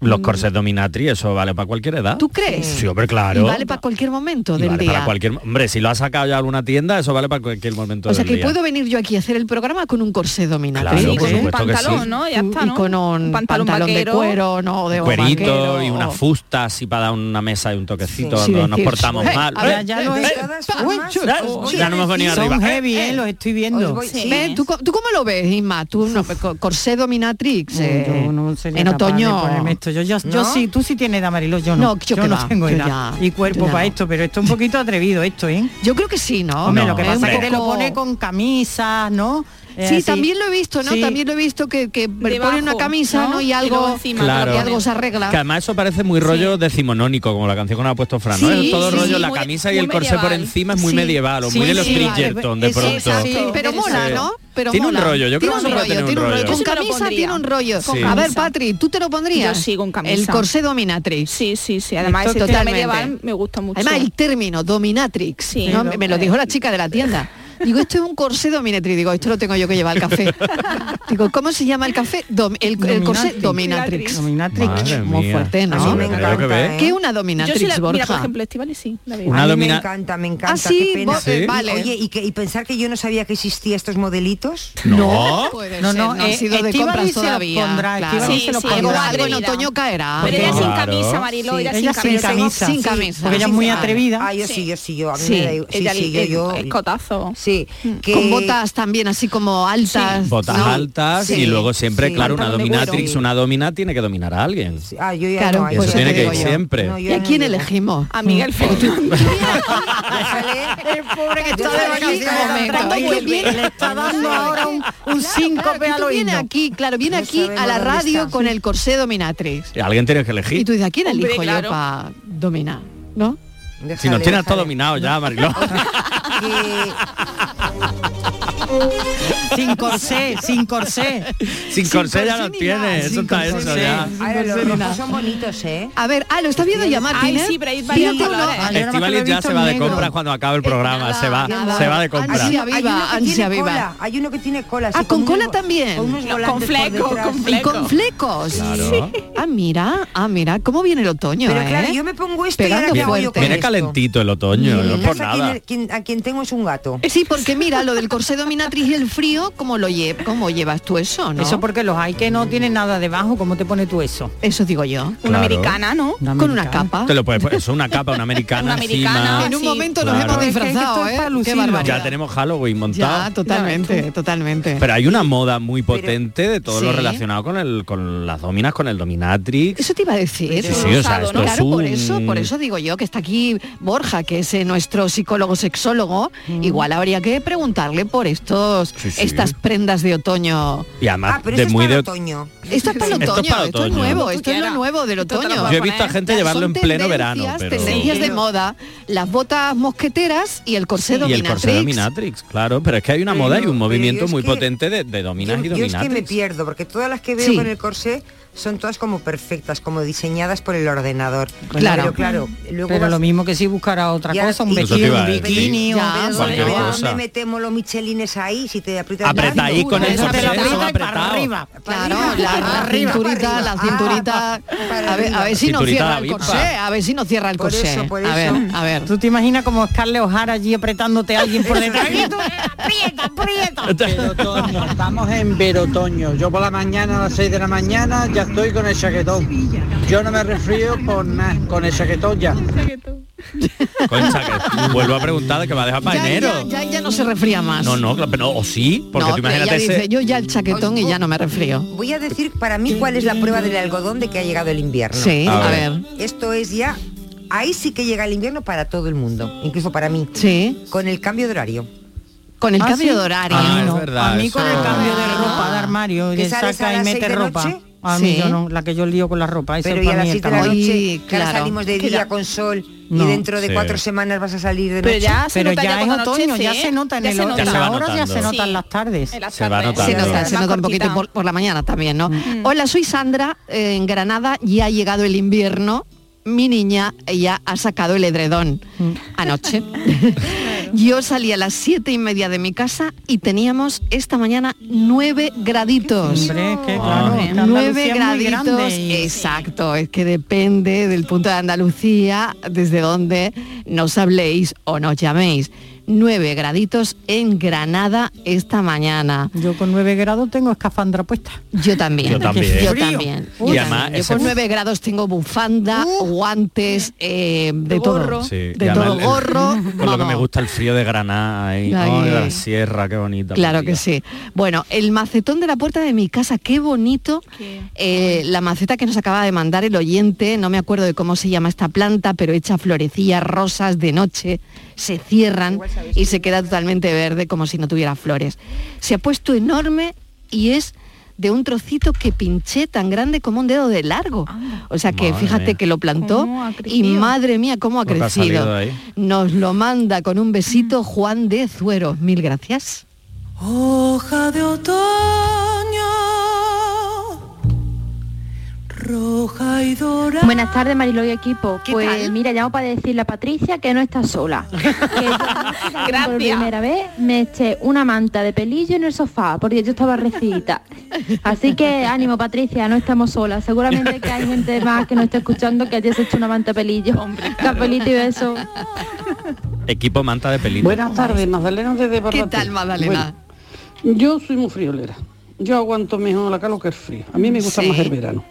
S6: Los corsets dominatri, eso vale para cualquier edad.
S5: Mm. ¿Tú crees?
S6: Sí, hombre, claro.
S5: Y vale para cualquier momento
S6: Y
S5: del
S6: vale
S5: día.
S6: para cualquier hombre si lo has sacado ya a alguna tienda eso vale para cualquier momento
S5: o sea
S6: del
S5: que
S6: día
S5: puedo venir yo aquí a hacer el programa con un corsé dominante
S6: Claro, Sí, por con un supuesto que pantalón, sí.
S8: ¿no? Ya está,
S5: Y
S8: ¿no?
S5: con un,
S8: Un
S5: pantalón,
S8: pantalón
S5: de
S8: vaquero.
S5: cuero, ¿no? O De
S6: Un
S5: o
S6: cuerito
S5: vaquero,
S6: y una
S5: o-
S6: fusta así para dar una mesa y un toquecito
S5: Sí,
S6: cuando nos
S5: decir,
S6: portamos
S5: "Eh,
S6: mal
S5: a ver,
S6: Eh,
S5: ya lo
S6: eh,
S5: he-
S6: eh,
S5: pa,
S6: pa,
S5: chus,
S6: ya-
S5: chus,
S6: ya no hemos venido
S7: Son
S6: arriba
S7: heavy, eh, los estoy viendo.
S5: Ven, ¿tú, co- tú cómo lo ves, Isma? Tú, no, co- corsé dominatrix eh,
S7: yo no sería
S5: en
S7: capaz de
S5: otoño.
S7: ponerme esto. Yo, yo- yo
S5: ¿No?
S7: sí, tú sí tienes edad, Mariló, yo no.
S5: No, yo que
S7: no
S5: va,
S7: tengo
S5: yo
S7: edad.
S5: ya,
S7: y cuerpo
S5: yo ya
S7: para
S5: no.
S7: esto, pero esto es un poquito atrevido esto, ¿eh?
S5: Yo creo que sí, ¿no?
S7: Hombre,
S5: No,
S7: lo que
S5: es un
S7: pasa es que te lo
S5: poco-
S7: pone con camisas, ¿no? Eh,
S5: Sí,
S7: así.
S5: también lo he visto, ¿no?
S7: Sí.
S5: También lo he visto que, que
S7: Debajo,
S5: pone una camisa, ¿no?
S7: ¿no?
S5: Y algo,
S7: Y
S6: Claro.
S5: que algo se arregla.
S6: que además eso parece muy rollo decimonónico como la canción que nos ha puesto Fran ¿no?
S5: Sí,
S6: Es todo
S5: sí,
S6: rollo
S5: sí,
S6: la
S5: muy-
S6: camisa y
S5: muy
S6: el corsé por
S5: medieval.
S6: encima es muy
S5: Sí.
S6: medieval o muy
S5: Sí,
S6: de los
S5: sí, vale.
S6: Bridgerton de
S5: Es-
S6: pronto
S5: exacto, pero mola,
S6: Sí.
S5: ¿no? Pero
S6: tiene
S5: mola.
S6: un rollo yo
S5: tiene
S6: creo que
S5: un
S6: eso puede
S5: rollo,
S6: tener un
S5: tiene un rollo.
S6: rollo
S5: Con
S8: Yo sí me lo
S5: camisa
S8: pondría.
S5: tiene un rollo.
S6: Sí.
S5: A ver,
S8: camisa.
S5: Patri, ¿tú te lo pondrías?
S8: Yo sí, con camisa.
S5: El corsé dominatrix.
S8: Sí, sí, sí. Además,
S5: Esto
S8: ese tema
S5: totalmente.
S8: medieval me gusta mucho.
S5: Además, el término dominatrix, ¿no? me, me lo dijo la chica de la tienda. Digo, esto es un corsé dominatrix. Digo, esto lo tengo yo que llevar al café. Digo, ¿cómo se llama el café? Dom- el, el corsé dominatrix.
S6: Madre
S5: Muy
S6: mía.
S5: fuerte,
S6: Eso
S5: ¿no?
S6: lo tendría que
S9: ¿Eh?
S6: ver.
S5: ¿Qué es una dominatrix,
S8: Yo sí la-
S5: Borja?
S8: mira, por ejemplo, Estivales sí. la veo.
S6: Una
S9: a mí
S6: domina-
S9: me encanta, me encanta.
S5: Ah, sí,
S9: qué pena.
S5: vos- eh, Sí. vale.
S9: Oye, ¿y, que- y pensar que yo no sabía que existía estos modelitos.
S6: No.
S7: No, no,
S5: ha
S7: eh,
S5: sido de
S7: Estíbaliz
S5: compras
S7: se los
S5: todavía.
S7: pondrá,
S5: claro.
S7: Estíbaliz
S5: Sí,
S7: se los
S5: sí,
S7: pondrá.
S5: algo- algo en otoño caerá.
S8: Pero ella sin
S6: Claro.
S8: camisa, Marilo,
S9: Sí,
S8: ella
S7: ella
S8: sin
S7: sin
S8: camisa.
S7: camisa.
S5: Sin
S9: Sí,
S5: camisa.
S7: porque ella es
S9: sí,
S7: muy
S9: vale.
S7: atrevida.
S9: Ah, yo sí, yo sí, yo. A mí
S5: Sí.
S9: me da igual. Sí,
S8: Ella
S9: sí, yo,
S8: el-
S9: yo.
S8: escotazo.
S9: Sí, que-
S5: Con botas también así como altas.
S6: Botas
S5: ¿no?
S6: altas
S9: Sí,
S6: y luego siempre,
S9: sí.
S6: claro, una
S9: Pantalón de
S6: dominatrix,
S9: cuero.
S6: una domina tiene que dominar a alguien.
S9: Ah, yo ya
S5: Claro,
S9: no, ahí
S5: pues
S9: ya
S6: Eso tiene
S9: no
S6: que
S9: llego
S6: ir
S9: yo.
S6: siempre.
S9: No, yo
S5: ¿Y a
S9: no
S5: quién
S9: llego.
S5: elegimos?
S8: A Miguel Fernández.
S9: Sale-
S7: pobre que está
S9: Yo
S7: de
S9: salí
S7: vacaciones.
S9: de
S5: momento,
S7: Cuando
S5: ahí
S7: vuelve,
S5: viene.
S7: Le está dando ahora un, un
S5: Claro,
S7: síncope
S5: que
S7: al
S5: tú viene
S7: oído.
S5: aquí, claro, viene
S9: No
S5: aquí a
S9: sabemos
S5: la
S9: dónde
S5: radio
S9: está.
S5: con el corsé dominatrix.
S6: Alguien tiene que
S5: Y
S6: elegir.
S5: tú dices, ¿a quién
S8: Hombre,
S5: elijo
S8: claro.
S5: yo para dominar? ¿No?
S9: Déjale,
S6: Si nos tienes todo
S9: déjale.
S6: dominado ya, Mariló.
S9: Que-
S7: Sin corsé, sin corsé.
S6: Sin corsé ya no
S5: corsé ni nada,
S6: tienes. Eso
S5: sin
S6: está
S5: corsé.
S6: hecho ya.
S9: Ahora, los rojos son bonitos, ¿eh?
S5: A ver, ah, lo estás viendo ya,
S8: Ay,
S5: Martín. ¿eh?
S8: sí, pero hay varios
S5: Fíjate uno-
S8: colores.
S7: Ah, yo nada más que lo he
S6: Estivaliz ya
S7: visto
S6: se
S7: en
S6: va de
S7: negro.
S6: compras cuando acabe el programa. se va,
S5: nada.
S6: se va de
S5: Ahora
S6: compras.
S5: sí,
S9: Hay uno-
S5: viva,
S9: hay uno que
S5: ansia
S9: tiene
S5: viva.
S9: cola, Hay uno que tiene cola.
S5: Ah,
S9: así,
S5: ¿con cola
S9: unos-
S5: también?
S9: Con unos
S8: No,
S9: volantes
S8: con
S9: por
S8: fleco,
S9: detrás.
S8: con
S5: Y
S8: fleco.
S5: con flecos.
S6: Claro.
S5: Ah, mira, ah, mira, cómo viene el otoño,
S9: Pero
S5: ¿eh?
S9: claro, yo me pongo esto y
S5: Pegando
S9: ahora qué hago
S5: fuerte.
S9: yo con este.
S6: Viene
S9: esto?
S6: calentito el otoño, no
S9: En
S6: es por
S9: casa,
S6: nada.
S9: quien- quien- a quien tengo es un gato.
S5: Sí, porque mira, lo del corsé dominatriz y el frío, ¿cómo lo lle cómo llevas tú eso, no?
S7: Eso porque los hay que no tienen nada debajo, ¿cómo te pone tú eso?
S5: Eso digo yo.
S8: Una
S6: Claro.
S8: americana, ¿no?
S5: Con una capa.
S6: Te lo puedes poner, eso, una capa, una
S8: Una
S6: americana,
S8: americana,
S6: encima.
S5: en un
S8: sí.
S5: momento nos
S6: Claro.
S5: hemos
S6: Es
S7: que
S5: disfrazado,
S7: esto es para
S5: ¿eh? Qué
S7: lucirlo.
S5: barbaridad.
S6: Ya tenemos Halloween montado.
S5: Ya, totalmente, totalmente.
S6: Pero hay una moda muy potente de todo lo
S5: Sí.
S6: relacionado con el con las dominas, con el dominatrix.
S5: eso te iba a decir.
S6: Sí, sí, o sea, esto es
S5: claro, por
S6: un-
S5: eso, por eso digo yo que está aquí Borja, que es eh, nuestro psicólogo sexólogo. Igual habría que preguntarle por estos,
S6: Sí, sí.
S5: estas prendas de otoño.
S6: Y además
S9: Ah, pero
S6: de
S9: eso
S6: muy
S9: es para
S6: de
S9: otoño.
S5: Esto es para el
S6: Esto es
S5: otoño,
S6: para
S5: esto es
S6: otoño.
S5: nuevo,
S6: Como
S8: tú
S5: esto es lo
S8: quieras.
S5: nuevlo del
S8: Esto te lo
S5: otoño.
S8: puedes
S6: Yo he visto a
S8: poner.
S6: gente llevarlo en
S5: Son
S6: pleno verano,
S5: tendencias,
S6: pero
S5: tendencias de
S8: Sí.
S5: moda, las botas mosqueteras y el corsé
S6: y el
S5: dominatrix.
S6: corsé dominatrix, claro, pero es que hay una
S9: Pero
S6: moda y
S9: yo-
S6: un
S9: pero yo
S6: movimiento
S9: es
S6: muy
S9: que-
S6: potente de, de dominas
S9: Yo,
S6: y
S9: yo es que me
S6: dominatrix.
S9: pierdo, porque todas las que veo
S5: Sí.
S9: con el corsé son todas como perfectas, como diseñadas por el ordenador.
S5: Claro.
S9: Pero claro, luego
S7: Pero
S9: vas-
S7: lo mismo que si buscara otra
S9: Ya,
S7: cosa, un
S9: y-
S6: Eso te
S7: vestido,
S6: iba
S7: un
S6: a decir.
S7: bikini,
S5: Ya.
S7: un-
S9: Pero
S6: Cualquier
S9: ¿dónde
S6: cosa.
S9: metemos los michelines ahí si te aprietas
S6: Apretáis
S9: tanto?
S6: con el
S7: Esa
S6: corsé,
S7: te la
S6: eso
S7: aprieta y para
S6: apretado.
S7: arriba.
S5: Claro,
S9: Para arriba,
S5: la,
S9: para
S5: la
S9: arriba,
S5: cinturita,
S9: para
S5: la
S9: arriba.
S5: cinturita.
S9: Ah, para
S5: a ver, a
S9: arriba.
S5: ver si
S6: Cinturita
S5: no
S6: Ah.
S5: cierra el
S6: avispa.
S5: corsé, a ver si no cierra el
S9: Por
S5: corsé.
S9: eso, por
S5: A ver,
S9: eso.
S5: a ver.
S7: ¿Tú te imaginas como Scarlett O'Hara allí apretándote a alguien por detrás? Y tú, aprieta, aprieta.
S15: Verotoño, estamos en verotoño. Yo por la mañana a las 6 de la mañana ya estoy con el chaquetón. Yo no me resfrío por nada, con el chaquetón ya.
S6: Concha, que vuelvo a preguntar que va a dejar para
S5: Ya,
S6: enero.
S5: ya, ya, ya no se refría más.
S6: No, no, claro, pero no, o sí, porque
S5: No,
S6: tú
S5: pero ella
S6: imagínate ese-
S5: dice, yo ya el chaquetón y ya no me refrío.
S9: Voy a decir para mí cuál es la prueba del algodón de que ha llegado el invierno.
S5: Sí,
S6: A
S5: a
S6: ver.
S5: ver.
S9: Esto es ya, ahí sí que llega el invierno para todo el mundo, incluso para mí,
S5: Sí,
S9: con el cambio de horario.
S5: con el
S7: Ah,
S5: cambio
S7: sí.
S5: de horario.
S6: Ah, es
S7: No,
S6: verdad,
S7: a mí con
S6: eso-
S7: el cambio de
S5: Ah.
S7: ropa de armario
S9: Que
S7: que
S9: sales a
S7: saca y
S9: las
S7: mete
S9: seis de
S7: ropa
S9: noche.
S7: a mí
S5: Sí.
S7: yo no la que yo lío con la ropa eso
S9: Pero
S7: para
S9: ya a las
S7: mí
S9: 7 de
S7: está
S9: la
S7: mal.
S9: noche,
S5: Ay,
S9: que ahora
S5: claro.
S9: salimos de
S8: Que
S9: día
S8: ya-
S9: con sol
S7: No.
S9: y dentro de
S6: Sí.
S9: cuatro semanas vas a salir de
S8: Pero
S9: noche.
S8: ya se
S7: pero
S8: nota
S7: ya es
S8: cuando
S7: otoño ya
S5: ¿eh?
S8: anochece,
S7: se nota en
S8: ya
S7: el
S8: se
S7: hor-
S8: nota.
S7: en
S6: Ya se va
S7: la hora ya
S6: notando.
S7: se notan
S8: Sí.
S7: las tardes
S8: En las
S6: Se va
S8: tardes.
S5: Se
S6: Claro.
S5: nota, se
S8: Más
S5: nota un poquito
S8: cortita.
S5: por, por la mañana también, ¿no? Hola, soy Sandra, eh, en Granada ya ha llegado el invierno. Mi niña ya ha sacado el edredón anoche. Yo salí a las siete y media de mi casa y teníamos esta mañana nueve graditos.
S7: hombre es que
S6: Ah.
S7: claro es que Andalucía
S5: Nueve
S7: es muy grande
S5: graditos, eh,
S7: y-
S5: exacto, es que depende del punto de Andalucía, desde donde nos habléis o nos llaméis. Nueve graditos en Granada esta mañana.
S7: yo con 9 grados tengo escafandra puesta
S5: Yo también.
S6: Yo también.
S5: Yo
S7: Frío.
S5: también.
S6: Y
S5: Yo
S6: además
S5: también. Yo
S6: ese-
S5: con 9 grados tengo bufanda,
S7: Uh.
S5: guantes, eh, de todo.
S8: gorro.
S6: Sí, y
S5: De
S6: además
S5: todo
S6: el-
S5: gorro.
S6: Con lo que me
S5: vamos.
S6: gusta el frío de Granada ahí.
S5: Ay.
S6: Ay, la sierra, qué bonita.
S5: Claro
S6: mentira.
S5: que sí. Bueno, el macetón de la puerta de mi casa, qué bonito.
S8: Qué
S5: Eh, la maceta que nos acaba de mandar el oyente, no me acuerdo de cómo se llama esta planta, pero echa florecillas rosas de noche, se cierran y se queda totalmente verde como si no tuviera flores. Se ha puesto enorme y es de un trocito que pinché tan grande como un dedo de largo. O sea que
S6: Madre
S5: fíjate
S6: mía.
S5: que lo plantó
S8: Ah. Cómo ha
S5: y
S8: crecido.
S5: madre mía cómo ha
S6: Lo que ha
S5: crecido.
S6: salido de ahí.
S5: Nos lo manda con un besito Juan de Zueros. Mil gracias.
S3: Hoja de otoño, roja y dorada.
S16: Buenas tardes, Mariló y equipo.
S3: ¿Qué
S16: Pues
S3: tal?
S16: mira, llamo para decirle a Patricia que no está sola. Que yo, por primera vez me eché una manta de pelillo en el sofá porque yo estaba recita. Así que ánimo, Patricia, no estamos solas. Seguramente que hay gente más que no está escuchando que hayas hecho una manta de pelillo. Capelito y beso.
S6: Equipo manta de pelito.
S17: Buenas tardes, Magdalena desde Barbate.
S5: ¿Qué tal, Magdalena?
S17: Bueno, yo soy muy friolera. Yo aguanto mejor la calor que el frío. A mí me gusta
S5: Sí.
S17: más el verano.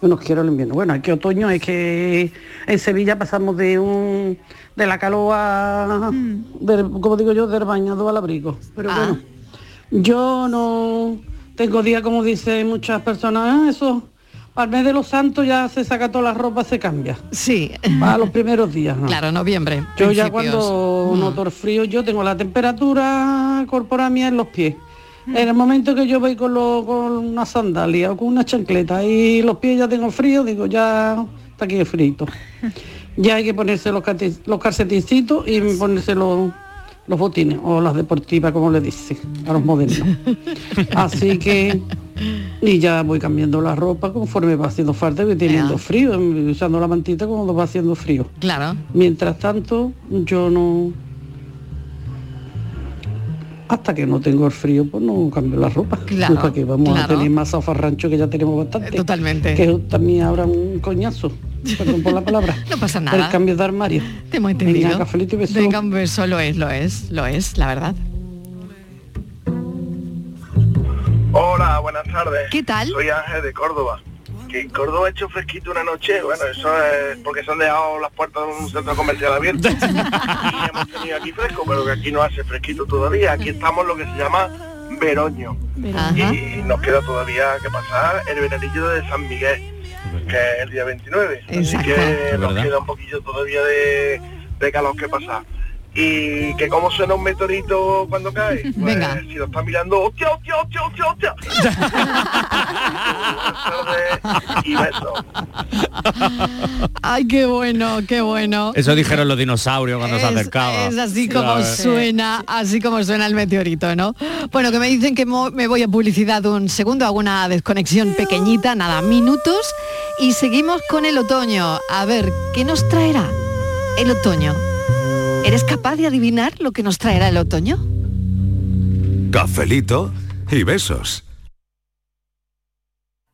S17: Bueno, quiero el invierno. Bueno, aquí otoño es que en Sevilla pasamos de un de la calor a,
S5: Mm.
S17: del- como digo yo, del bañado al abrigo. Pero
S5: Ah.
S17: bueno, yo no tengo días como dicen muchas personas, "Ah, eso, al mes de los santos ya se saca toda la ropa, se cambia.
S5: Sí.
S17: Para los primeros días. ¿no?
S5: Claro, noviembre.
S17: Yo ya
S5: principios.
S17: cuando noto el frío, yo tengo la temperatura corporal mía en los pies. En el momento que yo voy con, lo- con una sandalia o con una chancleta y los pies ya tengo frío, digo, ya está aquí el frito. Ya hay que ponerse los, cate- los calcetincitos y ponerse los, los botines o las deportivas, como le dicen, a los modernos. Así que, y ya voy cambiando la ropa conforme va haciendo falta, voy teniendo frío, usando la mantita cuando va haciendo frío.
S5: Claro.
S17: Mientras tanto, yo no... Hasta que no tengo el frío, pues no cambio la ropa.
S5: Claro,
S17: ¿Para qué vamos
S5: claro. Eh,
S17: a tener más zafarrancho que ya tenemos bastante?
S5: Totalmente.
S17: Que eso también habrá un coñazo, perdón por la palabra.
S5: No pasa nada.
S17: El cambio de armario.
S5: Te hemos
S17: Venga,
S5: entendido.
S17: cafelito y beso.
S5: Venga, un beso, lo es, lo es, lo es, la verdad.
S18: Hola, buenas tardes.
S5: ¿Qué tal?
S18: Soy Ángel de Córdoba. Que en Córdoba ha hecho fresquito una noche, bueno, eso es porque se han dejado las puertas de un centro comercial abierto. y hemos tenido aquí fresco, pero que aquí no hace fresquito todavía. Aquí estamos en lo que se llama veroño. Y nos queda todavía que pasar el veranillo de San Miguel, que es el día 29.
S5: Exacto.
S18: Así que
S5: Es
S18: nos
S5: verdad.
S18: queda un poquillo todavía de, de calor que pasar. Y que cómo suena un meteorito cuando cae. Pues,
S5: Venga.
S18: Si lo estás mirando, hostia, hostia, hostia, hostia, hostia.
S5: Ay, qué bueno, qué bueno.
S6: Eso dijeron los dinosaurios cuando se acercaban.
S5: Es así como
S6: ¿sabes?
S5: suena, así como suena el meteorito, ¿no? Bueno, que me dicen que mo- me voy a publicidad un segundo, hago una desconexión pequeñita, nada, minutos, y seguimos con el otoño. A ver, ¿qué nos traerá el otoño? ¿Eres capaz de adivinar lo que nos traerá el otoño?
S1: Cafelito y besos.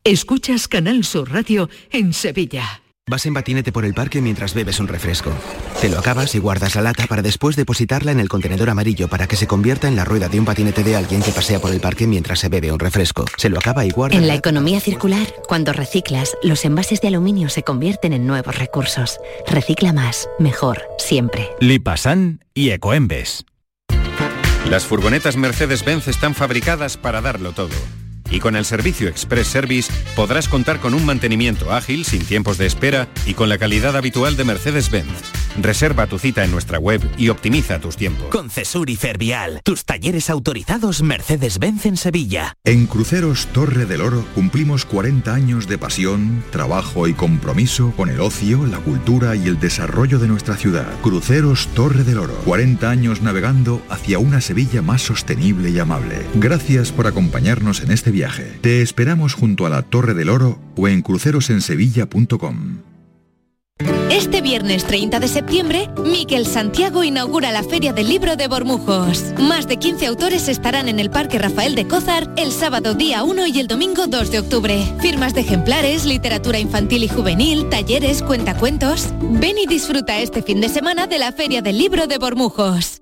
S19: Escuchas Canal Sur Radio en Sevilla.
S20: Vas en patinete por el parque mientras bebes un refresco. Te lo acabas y guardas la lata para después depositarla en el contenedor amarillo para que se convierta en la rueda de un patinete de alguien que pasea por el parque mientras se bebe un refresco. Se lo acaba y guarda...
S21: En la economía circular, cuando reciclas, los envases de aluminio se convierten en nuevos recursos. Recicla más, mejor, siempre.
S22: Lipasan y Ecoembes. Las furgonetas Mercedes-Benz están fabricadas para darlo todo. Y con el servicio Express Service podrás contar con un mantenimiento ágil, sin tiempos de espera y con la calidad habitual de Mercedes-Benz. Reserva tu cita en nuestra web y optimiza tus tiempos.
S23: Con Cesur y Fervial, tus talleres autorizados Mercedes-Benz en Sevilla.
S24: En Cruceros Torre del Oro cumplimos 40 años de pasión, trabajo y compromiso con el ocio, la cultura y el desarrollo de nuestra ciudad. Cruceros Torre del Oro, 40 años navegando hacia una Sevilla más sostenible y amable. Gracias por acompañarnos en este viaje. Te esperamos junto a la Torre del Oro o en crucerosensevilla.com.
S25: Este viernes 30 de septiembre, Miquel Santiago inaugura la Feria del Libro de Bormujos. Más de 15 autores estarán en el Parque Rafael de Cózar el sábado día 1 y el domingo 2 de octubre. Firmas de ejemplares, literatura infantil y juvenil, talleres, cuentacuentos. Ven y disfruta este fin de semana de la Feria del Libro de Bormujos.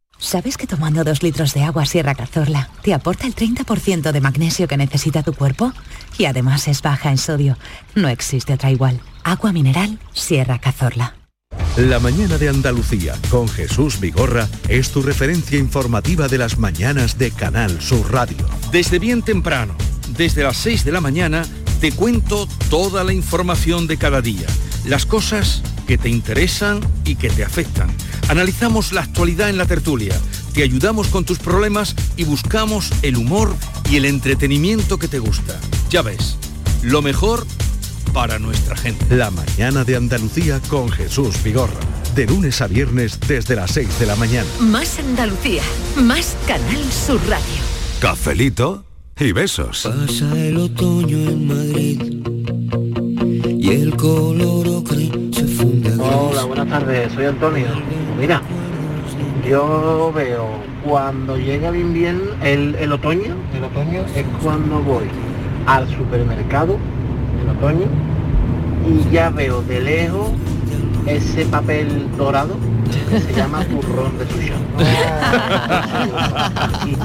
S26: ¿Sabes que tomando dos litros de agua Sierra Cazorla te aporta el 30% de magnesio que necesita tu cuerpo? Y además es baja en sodio. No existe otra igual. Agua mineral Sierra Cazorla.
S1: La mañana de Andalucía con Jesús Vigorra es tu referencia informativa de las mañanas de Canal Sur Radio.
S27: Desde bien temprano, desde las 6 de la mañana, te cuento toda la información de cada día, las cosas que te interesan y que te afectan. Analizamos la actualidad en la tertulia, te ayudamos con tus problemas y buscamos el humor y el entretenimiento que te gusta. Ya ves, lo mejor para nuestra gente.
S28: La mañana de Andalucía con Jesús Vigorra. De lunes a viernes desde las 6 de la mañana.
S25: Más Andalucía, más Canal Sur Radio.
S28: Cafelito y besos.
S3: Pasa el otoño en Madrid y el color ocre se funde a gris.
S2: Hola, buenas tardes, soy Antonio. Mira, yo veo cuando llega el invierno, el, el otoño, el otoño es cuando voy al supermercado, el otoño, y ya veo de lejos ese papel dorado que se llama turrón de sushón. Aquí,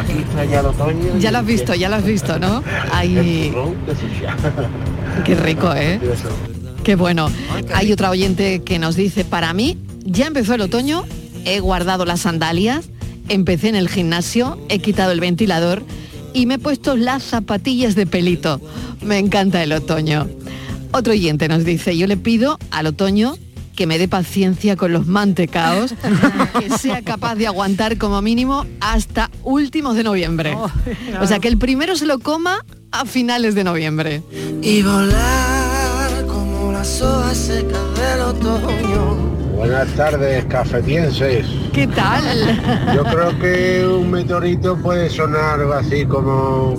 S2: aquí está ya el otoño.
S5: Ya lo has visto, ya lo has visto, ¿no? Ahí,
S2: turrón de sushón.
S5: qué rico, ¿eh? Qué bueno. Hay otra oyente que nos dice, para mí, ya empezó el otoño, he guardado las sandalias, empecé en el gimnasio, he quitado el ventilador y me he puesto las zapatillas de pelito. Me encanta el otoño. Otro oyente nos dice, yo le pido al otoño que me dé paciencia con los mantecaos, que sea capaz de aguantar como mínimo hasta últimos de noviembre.
S3: Oh,
S5: O sea, que el primero se lo coma a finales de noviembre.
S3: Y volar como las hojas secas del otoño.
S10: Buenas tardes, cafetienses.
S5: ¿Qué tal?
S10: Yo creo que un meteorito puede sonar algo así como...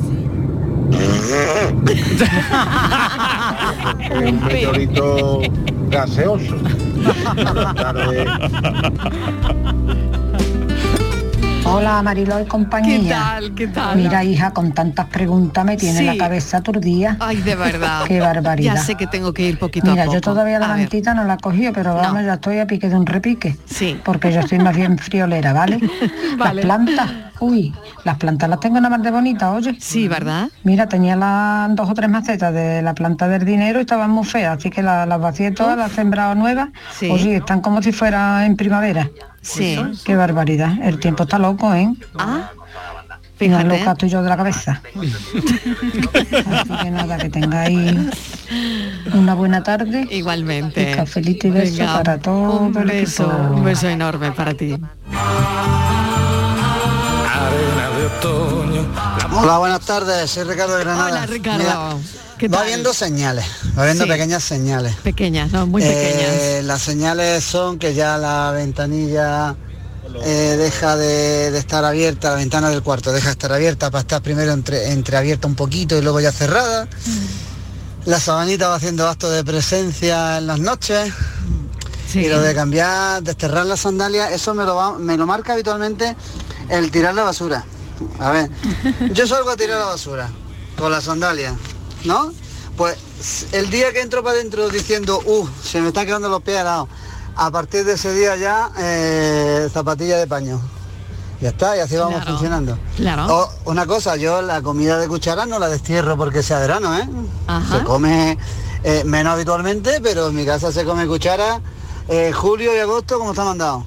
S10: un meteorito gaseoso. Buenas tardes.
S29: Hola Mariló y compañía.
S5: ¿Qué tal? ¿Qué tal?
S29: Mira hija, con tantas preguntas me tiene
S5: Sí.
S29: la cabeza aturdida.
S5: Ay, de verdad.
S29: Qué barbaridad.
S5: Ya sé que tengo que ir poquito
S29: Mira,
S5: a poco.
S29: yo todavía la
S5: A ver.
S29: mantita no la he cogido, pero vamos, ya estoy a pique de un repique.
S5: Sí.
S29: Porque yo estoy más bien friolera, ¿vale?
S5: Vale.
S29: Las plantas, uy, las plantas las tengo nada más de bonitas, oye.
S5: Sí, ¿verdad?
S29: Mira, tenía las dos o tres macetas de la planta del dinero y estaban muy feas, así que la- las vacié todas, las he sembrado nuevas.
S5: Sí.
S29: Oye, están como si fuera en primavera.
S5: Sí.
S29: Qué barbaridad. El tiempo está loco, ¿eh?
S5: Ah,
S29: Fíjate.
S5: fíjate.
S29: loca estoy yo de la cabeza. Así que nada, que tengáis una buena tarde.
S5: Igualmente.
S29: Y cafelito y beso
S5: Venga,
S29: para todo
S5: Un
S29: el
S5: beso,
S29: equipo.
S5: un beso enorme para ti.
S3: Arena de otoño.
S30: Hola, buenas tardes, soy Ricardo de Granada.
S5: Hola, Ricardo. ¿Qué
S30: va
S5: tal?
S30: viendo señales, va viendo
S5: Sí.
S30: pequeñas señales.
S5: Pequeñas, no, muy
S30: Eh, las señales son que ya la ventanilla eh, deja de, de estar abierta, la ventana del cuarto deja de estar abierta para estar primero entre, entreabierta un poquito y luego ya cerrada. La sabanita va haciendo acto de presencia en las noches. Y lo de cambiar, desterrar las sandalias, eso me lo, va- me lo marca habitualmente el tirar la basura. A ver, yo salgo a tirar la basura con las sandalias, ¿no? Pues el día que entro para adentro diciendo, uh, se me están quedando los pies helados, a partir de ese día ya, eh, zapatilla de paño. Ya está, y así vamos
S5: Claro,
S30: funcionando.
S5: claro.
S30: O- una cosa, yo la comida de cuchara no la destierro porque sea verano, ¿eh?
S5: Ajá.
S30: Se come eh, menos habitualmente, pero en mi casa se come cuchara eh, julio y agosto como está mandado.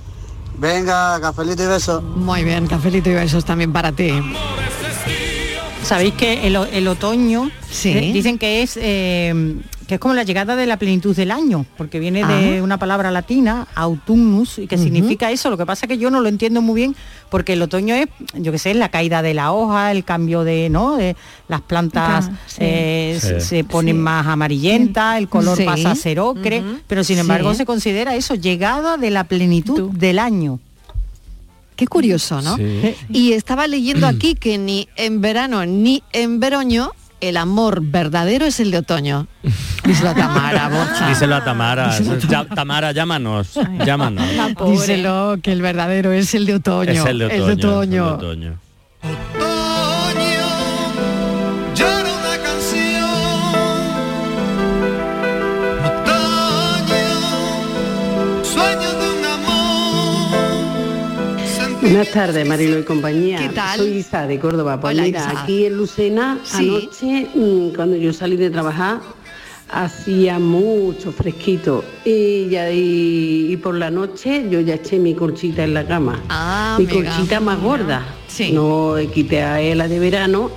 S30: Venga, cafelito y beso.
S5: Muy bien, cafelito y besos también para ti.
S7: Sabéis que el, o- el otoño
S5: Sí.
S7: eh, dicen que es eh, que es como la llegada de la plenitud del año, porque viene de
S5: Ah.
S7: una palabra latina, autumnus, y que
S5: Ujú.
S7: significa eso. Lo que pasa es que yo no lo entiendo muy bien, porque el otoño es, yo qué sé, la caída de la hoja, el cambio de, ¿no? De las plantas
S5: Claro, sí.
S7: eh,
S5: Sí.
S7: se- se ponen
S5: Sí.
S7: más amarillentas, el color
S5: Sí.
S7: pasa a ser ocre,
S5: Ujú.
S7: pero sin
S5: Sí.
S7: embargo se considera eso, llegada de la plenitud del año.
S5: Qué curioso, ¿no?
S7: Sí.
S5: Y estaba leyendo aquí que ni en verano ni en veroño el amor verdadero es el de otoño. Díselo a
S7: Ah.
S5: Tamara, bocha.
S6: Díselo a Tamara. Ya- Tamara, llámanos. Llámanos.
S5: Díselo que el verdadero es el de otoño.
S6: Es el de otoño.
S5: El de otoño.
S6: el de otoño.
S31: Llora una canción. Otoño, sueño de un amor.
S32: Buenas tardes, Marilo y compañía.
S5: ¿Qué tal?
S32: Soy Isa de Córdoba. Pues
S5: Hola,
S32: mira,
S5: Isa.
S32: aquí en Lucena,
S5: Sí.
S32: anoche, mm, cuando yo salí de trabajar, hacía mucho fresquito. Y, ya, y, y por la noche yo ya eché mi colchita en la cama. mi
S5: amiga,
S32: colchita más gorda. No eh, quité a ella de verano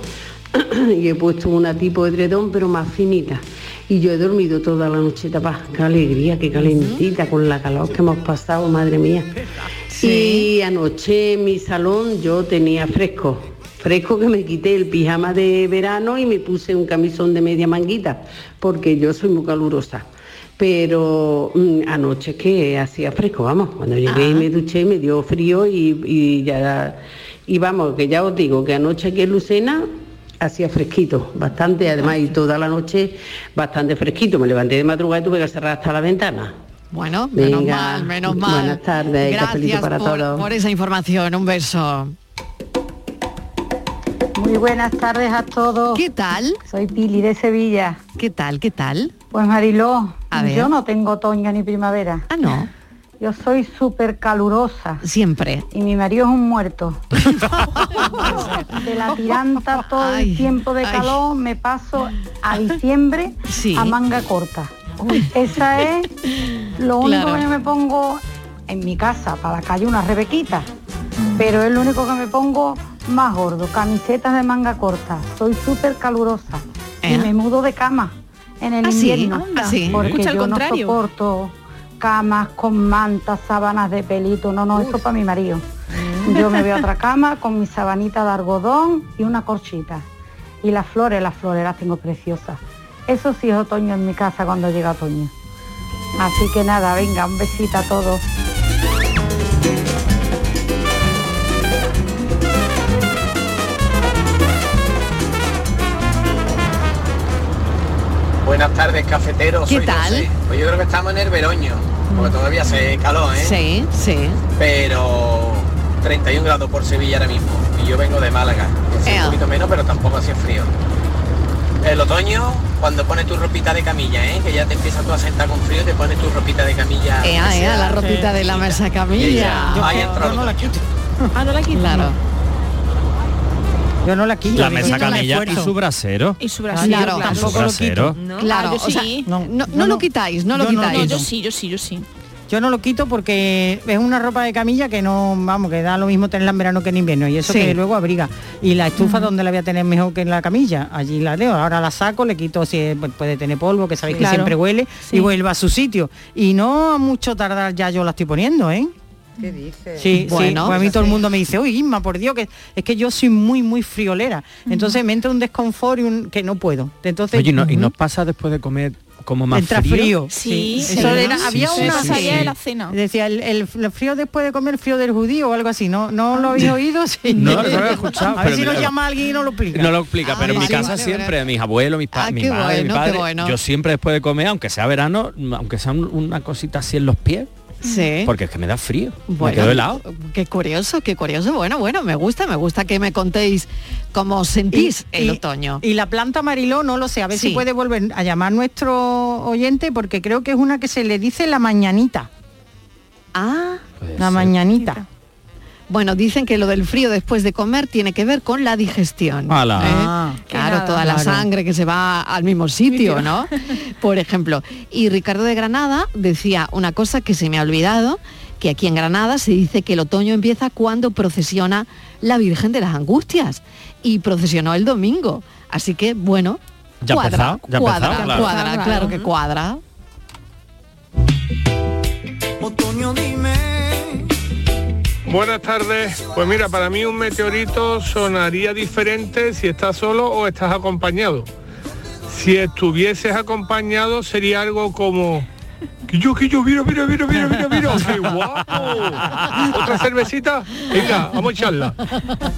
S32: y he puesto una tipo de tretón, pero más finita. y yo he dormido toda la noche tapada. Qué alegría, qué calentita con la calor que hemos pasado, madre mía. Y anoche en mi salón yo tenía fresco. Fresco que me quité el pijama de verano y me puse un camisón de media manguita, porque yo soy muy calurosa. Pero mm, anoche que hacía fresco, vamos, cuando llegué
S9: Ah.
S32: y me duché me dio frío y, y ya, y vamos, que ya os digo que anoche aquí en Lucena hacía fresquito, bastante, además,
S9: Ah.
S32: y toda la noche bastante fresquito. Me levanté de madrugada y tuve que cerrar hasta la ventana.
S5: Bueno, menos
S32: Venga,
S5: mal, menos mal.
S32: buenas tardes,
S5: Gracias
S32: cafelito para
S5: por,
S32: todos.
S5: por esa información. Un beso.
S33: Muy buenas tardes a todos.
S5: ¿Qué tal?
S33: Soy Pili de Sevilla.
S5: ¿Qué tal? ¿Qué tal?
S33: Pues Mariló,
S5: A ver.
S33: yo no tengo otoño ni primavera.
S5: Ah, no.
S33: Yo soy súper calurosa.
S5: Siempre.
S33: Y mi marido es un muerto. de la tiranta todo el tiempo de
S5: ay.
S33: calor me paso a diciembre a manga corta. Esa es lo único
S5: Claro.
S33: que me pongo en mi casa, para la calle una rebequita.
S5: Mm.
S33: Pero es lo único que me pongo más gordo, camisetas de manga corta. Soy súper calurosa
S5: ¿Eh?
S33: y me mudo de cama en el
S5: Ah, sí,
S33: invierno.
S5: anda. Sí.
S33: Porque
S5: Escucha, al
S33: yo
S5: contrario.
S33: no soporto camas con mantas, sábanas de pelito. No, no, eso para mi marido.
S5: Mm.
S33: Yo me voy a otra cama con mi sabanita de algodón y una corchita. Y las flores, las flores las tengo preciosas. Eso sí es otoño en mi casa cuando llega otoño. Así que nada, venga, un besito a todos. Buenas tardes, cafeteros.
S5: ¿Qué
S33: soy
S5: tal?
S33: José. Pues yo creo que estamos en el veroño, porque todavía hace calor, ¿eh?
S5: Sí, sí.
S33: Pero 31 grados por Sevilla ahora mismo. Y yo vengo de Málaga. que hace
S5: Ea.
S33: un poquito menos, pero tampoco hace frío. El otoño, cuando pones tu ropita de camilla, ¿eh? Que ya te empiezas tú a sentar con frío, te pones tu ropita de camilla.
S5: Ea,
S33: que
S5: ea,
S33: sea-
S5: la ropita de la mesa camilla.
S33: Ahí entra el otoño.
S7: Ah, no la quito.
S5: Claro.
S7: Yo no la quito.
S6: La
S7: yo
S6: mesa
S7: no la
S6: camilla y
S7: esfuerzo.
S6: su brasero.
S7: Y su
S6: brasero,
S7: Claro,
S6: claro.
S7: tampoco
S6: Su
S7: lo quito.
S6: brasero.
S5: Claro,
S7: Ah, yo
S5: o sea,
S7: sí.
S5: no, no lo quitáis, no lo
S7: Yo
S5: quitáis.
S7: yo sí, yo sí, yo sí. Yo no lo quito porque es una ropa de camilla que no, vamos, que da lo mismo tenerla en verano que en invierno y eso
S5: Sí.
S7: que luego abriga. Y la estufa, ¿dónde la voy a tener mejor que en la camilla? Allí la dejo, ahora la saco, le quito si es- pues, puede tener polvo, que sabéis
S5: Sí.
S7: que
S5: Claro.
S7: siempre huele,
S5: Sí.
S7: y vuelva a su sitio. Y no a mucho tardar ya yo la estoy poniendo, ¿eh?
S34: ¿Qué dices?
S7: Sí,
S34: Bueno.
S7: sí, pues a mí todo el mundo me dice, uy, Isma, por Dios, que es que yo soy muy, muy friolera. Entonces me entra un desconfort y un, que no puedo. Entonces,
S6: Oye, ¿no- ¿y
S7: Ujú.
S6: nos pasa después de comer como más
S7: entra
S6: frío?
S7: frío. Eso
S6: Sí,
S7: era-
S6: sí,
S7: había
S6: sí,
S7: una
S6: sí,
S7: salida
S6: sí.
S7: de la cena. Decía el, el- el frío después de comer, el frío del judío o algo así. No, no lo habéis oído. Sí.
S6: Ah. No, no lo había escuchado,
S7: A ver
S6: pero
S7: si nos
S6: mira.
S7: llama alguien y nos lo explica.
S6: No lo explica, pero en mi
S7: vale,
S6: casa
S7: vale,
S6: siempre, mis abuelos, mis pa-
S7: Ah,
S6: mi
S7: qué
S6: madre, mi
S7: bueno, qué
S6: padre,
S7: bueno.
S6: yo siempre después de comer, aunque sea verano, m- aunque sea un- una cosita así en los pies,
S5: Sí.
S6: porque es que me da frío, me
S5: Bueno,
S6: quedo helado.
S5: Qué curioso, qué curioso. Bueno, bueno, me gusta, me gusta que me contéis cómo os sentís el
S7: y-
S5: otoño.
S7: Y la planta mariló, no lo sé, a ver
S5: Sí.
S7: si puede volver a llamar nuestro oyente porque creo que es una que se le dice la mañanita.
S5: Ah,
S7: la mañanita.
S5: Bueno, dicen que lo del frío después de comer tiene que ver con la digestión.
S6: Ala.
S5: ¿eh?
S6: Ah,
S5: claro,
S6: que nada.
S5: toda la
S6: Claro.
S5: sangre que se va al mismo sitio, ¿no? Por ejemplo. Y Ricardo de Granada decía una cosa que se me ha olvidado, que aquí en Granada se dice que el otoño empieza cuando procesiona la Virgen de las Angustias. Y procesionó el domingo. Así que, bueno,
S6: Ya ha
S5: cuadra,
S6: empezado, ya ha
S5: cuadra,
S6: empezado, claro.
S5: cuadra,
S6: Claro.
S5: claro que cuadra.
S15: Otoño, dime. Buenas tardes. Pues mira, para mí un meteorito sonaría diferente si estás solo o estás acompañado. Si estuvieses acompañado sería algo como... Que yo, que yo, mira, mira, mira, mira, mira, mira, qué guapo. Otra cervecita, venga, vamos a echarla.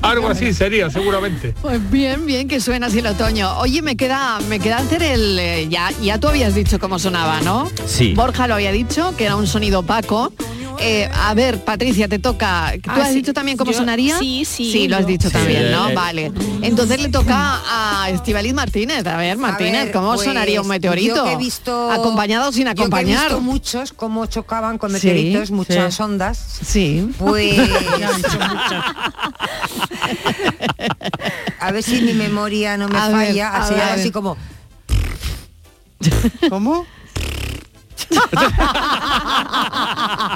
S15: Algo así sería, seguramente.
S5: Pues bien, bien que suena así el otoño. Oye, me queda, me queda hacer el. eh, ya, ya tú habías dicho cómo sonaba, ¿no?
S15: Sí.
S5: Borja lo había dicho, que era un sonido opaco. Eh, a ver, Patricia, te toca. ¿Tú
S9: Ah,
S5: has
S9: sí,
S5: dicho también cómo
S9: yo-
S5: sonaría?
S9: sí, sí,
S5: Sí, lo has
S9: yo.
S5: dicho
S9: Sí,
S5: también, ¿no?
S9: eh,
S5: Vale. Entonces le toca a Estibaliz Martínez. A ver, Martínez,
S9: ver,
S5: ¿cómo
S9: pues,
S5: sonaría un meteorito?
S9: yo que he visto-
S5: Acompañado o sin
S9: Yo que he
S5: acompañar.
S9: visto muchos cómo chocaban con
S5: Sí,
S9: meteoritos,
S5: sí.
S9: muchas ondas.
S5: Sí.
S9: Pues a ver si mi memoria no me
S5: A ver,
S9: falla,
S5: a
S9: así, algo
S5: ver.
S9: así como
S7: ¿Cómo?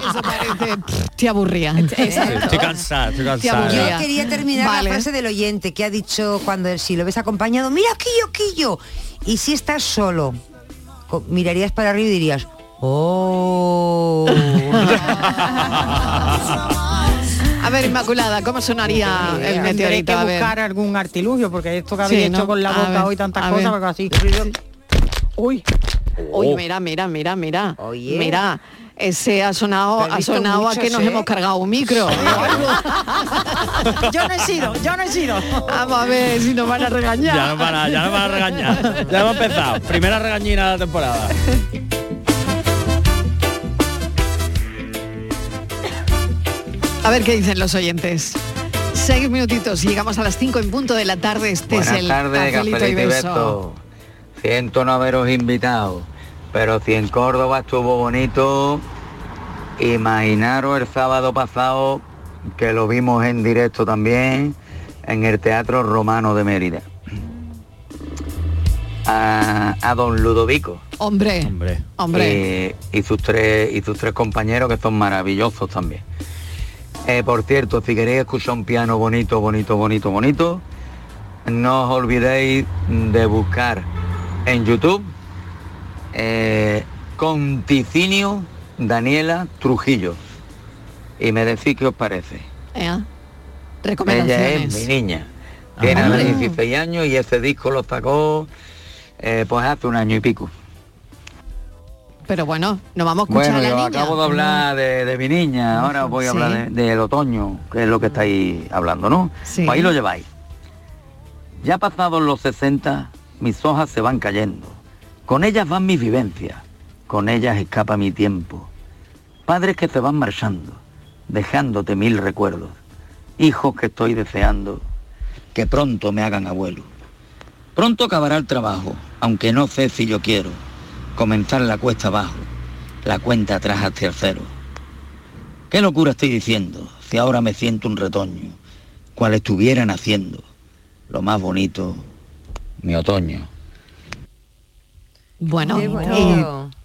S5: Eso parece. pff, Te aburría.
S6: Estoy cansada, estoy cansada.
S9: Yo quería terminar
S5: Vale.
S9: la frase del oyente que ha dicho cuando si lo ves acompañado, mira quillo quillo. Y si estás solo, co- mirarías para arriba y dirías, ¡oh!
S5: A ver, Inmaculada, ¿cómo sonaría el
S7: Tendré que
S5: meteorito? A ver.
S7: buscar algún artilugio, porque esto que
S5: Eh. Sí,
S7: habéis hecho
S5: ¿no?
S7: con la
S5: A
S7: boca
S5: ver,
S7: hoy tantas
S5: a
S7: cosas,
S5: ver.
S7: porque así.
S5: Uy. Uy,
S6: Oh.
S5: mira, mira, mira, mira. Mira, ese ha sonado,
S7: Te he
S5: ha
S7: visto
S5: sonado
S7: muchas,
S5: a que nos
S7: ¿eh?
S5: hemos cargado un micro.
S7: yo no he sido, yo no he sido.
S5: Vamos a ver si nos van a regañar.
S6: Ya no van a, ya no van a regañar. Ya hemos empezado. Primera regañina de la temporada.
S5: A ver qué dicen los oyentes. Seis minutitos, llegamos a las cinco en punto de la tarde. Este es el
S35: Buenas tardes,
S5: Cafelito
S35: Cafelito y
S5: Beso.
S35: Beto. Siento no haberos invitado, pero si en Córdoba estuvo bonito, imaginaros el sábado pasado, que lo vimos en directo también, en el Teatro Romano de Mérida. A, a don Ludovico.
S5: Hombre, hombre, ¿eh?
S35: Eh, Y, y sus tres, y sus tres compañeros que son maravillosos también. Eh, por cierto, si queréis escuchar un piano bonito, bonito, bonito, bonito, no os olvidéis de buscar en YouTube eh, Conticinio Daniela Trujillo. Y me decís qué os parece.
S5: ¿eh?
S35: Ella es mi
S5: Recomendaciones.
S35: niña. Tiene ahora
S5: Hombre.
S35: 16 años y ese disco lo sacó eh, pues hace un año y pico.
S5: Pero bueno, nos vamos a escuchar
S35: Bueno,
S5: a la
S35: yo
S5: niña.
S35: acabo de hablar Ah, de, de mi niña, ahora os voy a
S5: Sí.
S35: hablar de- del otoño, que es lo que estáis hablando, ¿no?
S5: Sí.
S35: Pues ahí lo lleváis. Ya pasados los 60, mis hojas se van cayendo. Con ellas van mis vivencias, con ellas escapa mi tiempo. Padres que se van marchando, dejándote mil recuerdos. Hijos que estoy deseando que pronto me hagan abuelo. Pronto acabará el trabajo, aunque no sé si yo quiero comenzar la cuesta abajo la cuenta atrás hacia el cero. ¿Qué locura estoy diciendo si ahora me siento un retoño, cual estuvieran haciendo lo más bonito, mi otoño?
S5: Bueno,
S35: Qué bonito.
S5: y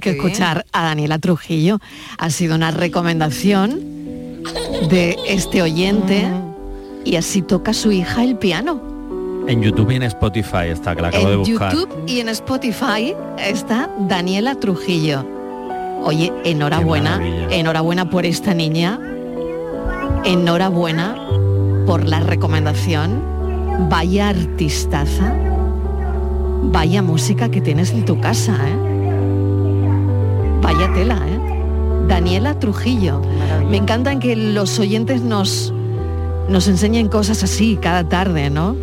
S35: Bien,
S5: que
S35: qué bien.
S5: escuchar a Daniela Trujillo. Ha sido una recomendación de este oyente y así toca su hija el piano.
S6: En YouTube y en Spotify está, que la acabo de
S5: En
S6: buscar.
S5: YouTube y en Spotify está Daniela Trujillo. Oye, enhorabuena, enhorabuena por esta niña, enhorabuena por la recomendación. Vaya artistaza, vaya música que tienes en tu casa, ¿eh? Vaya tela, ¿eh? Daniela Trujillo. Me encantan que los oyentes nos, nos enseñen cosas así cada tarde, ¿no?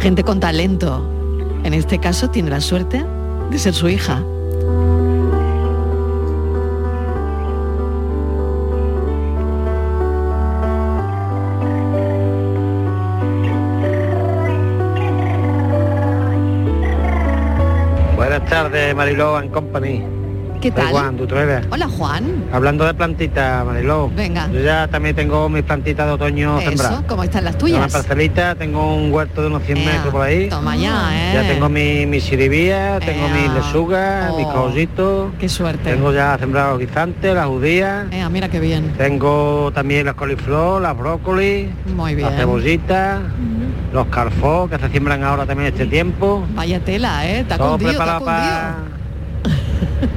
S5: Gente con talento. En este caso tiene la suerte de ser su hija.
S4: Buenas tardes, Mariló and Company.
S5: ¿Qué
S4: Soy
S5: tal?
S4: Juan Dutrera.
S5: Hola Juan.
S4: Hablando de plantitas, Mariló.
S5: Venga.
S4: Yo ya también tengo mis plantitas de otoño
S5: Eso,
S4: sembradas.
S5: ¿cómo están las
S4: Tengo Una
S5: tuyas?
S4: parcelita, tengo un huerto de unos 100 metros por ahí. Ah.
S5: Toma ya, ¿eh? Oh,
S4: Ya tengo mi, mi siribía, tengo mis lechugas, mis cositos.
S5: Qué suerte.
S4: Tengo ya sembrado guisantes, las judías.
S5: Eh, mira qué bien.
S4: Tengo también las coliflor, las brócolis,
S5: Muy bien.
S4: las cebollitas, los carfó que se siembran ahora también este tiempo.
S5: Mm-hmm. Vaya tela, ¿eh? Te ha
S4: Todo
S5: cundido, te ha
S4: preparado para,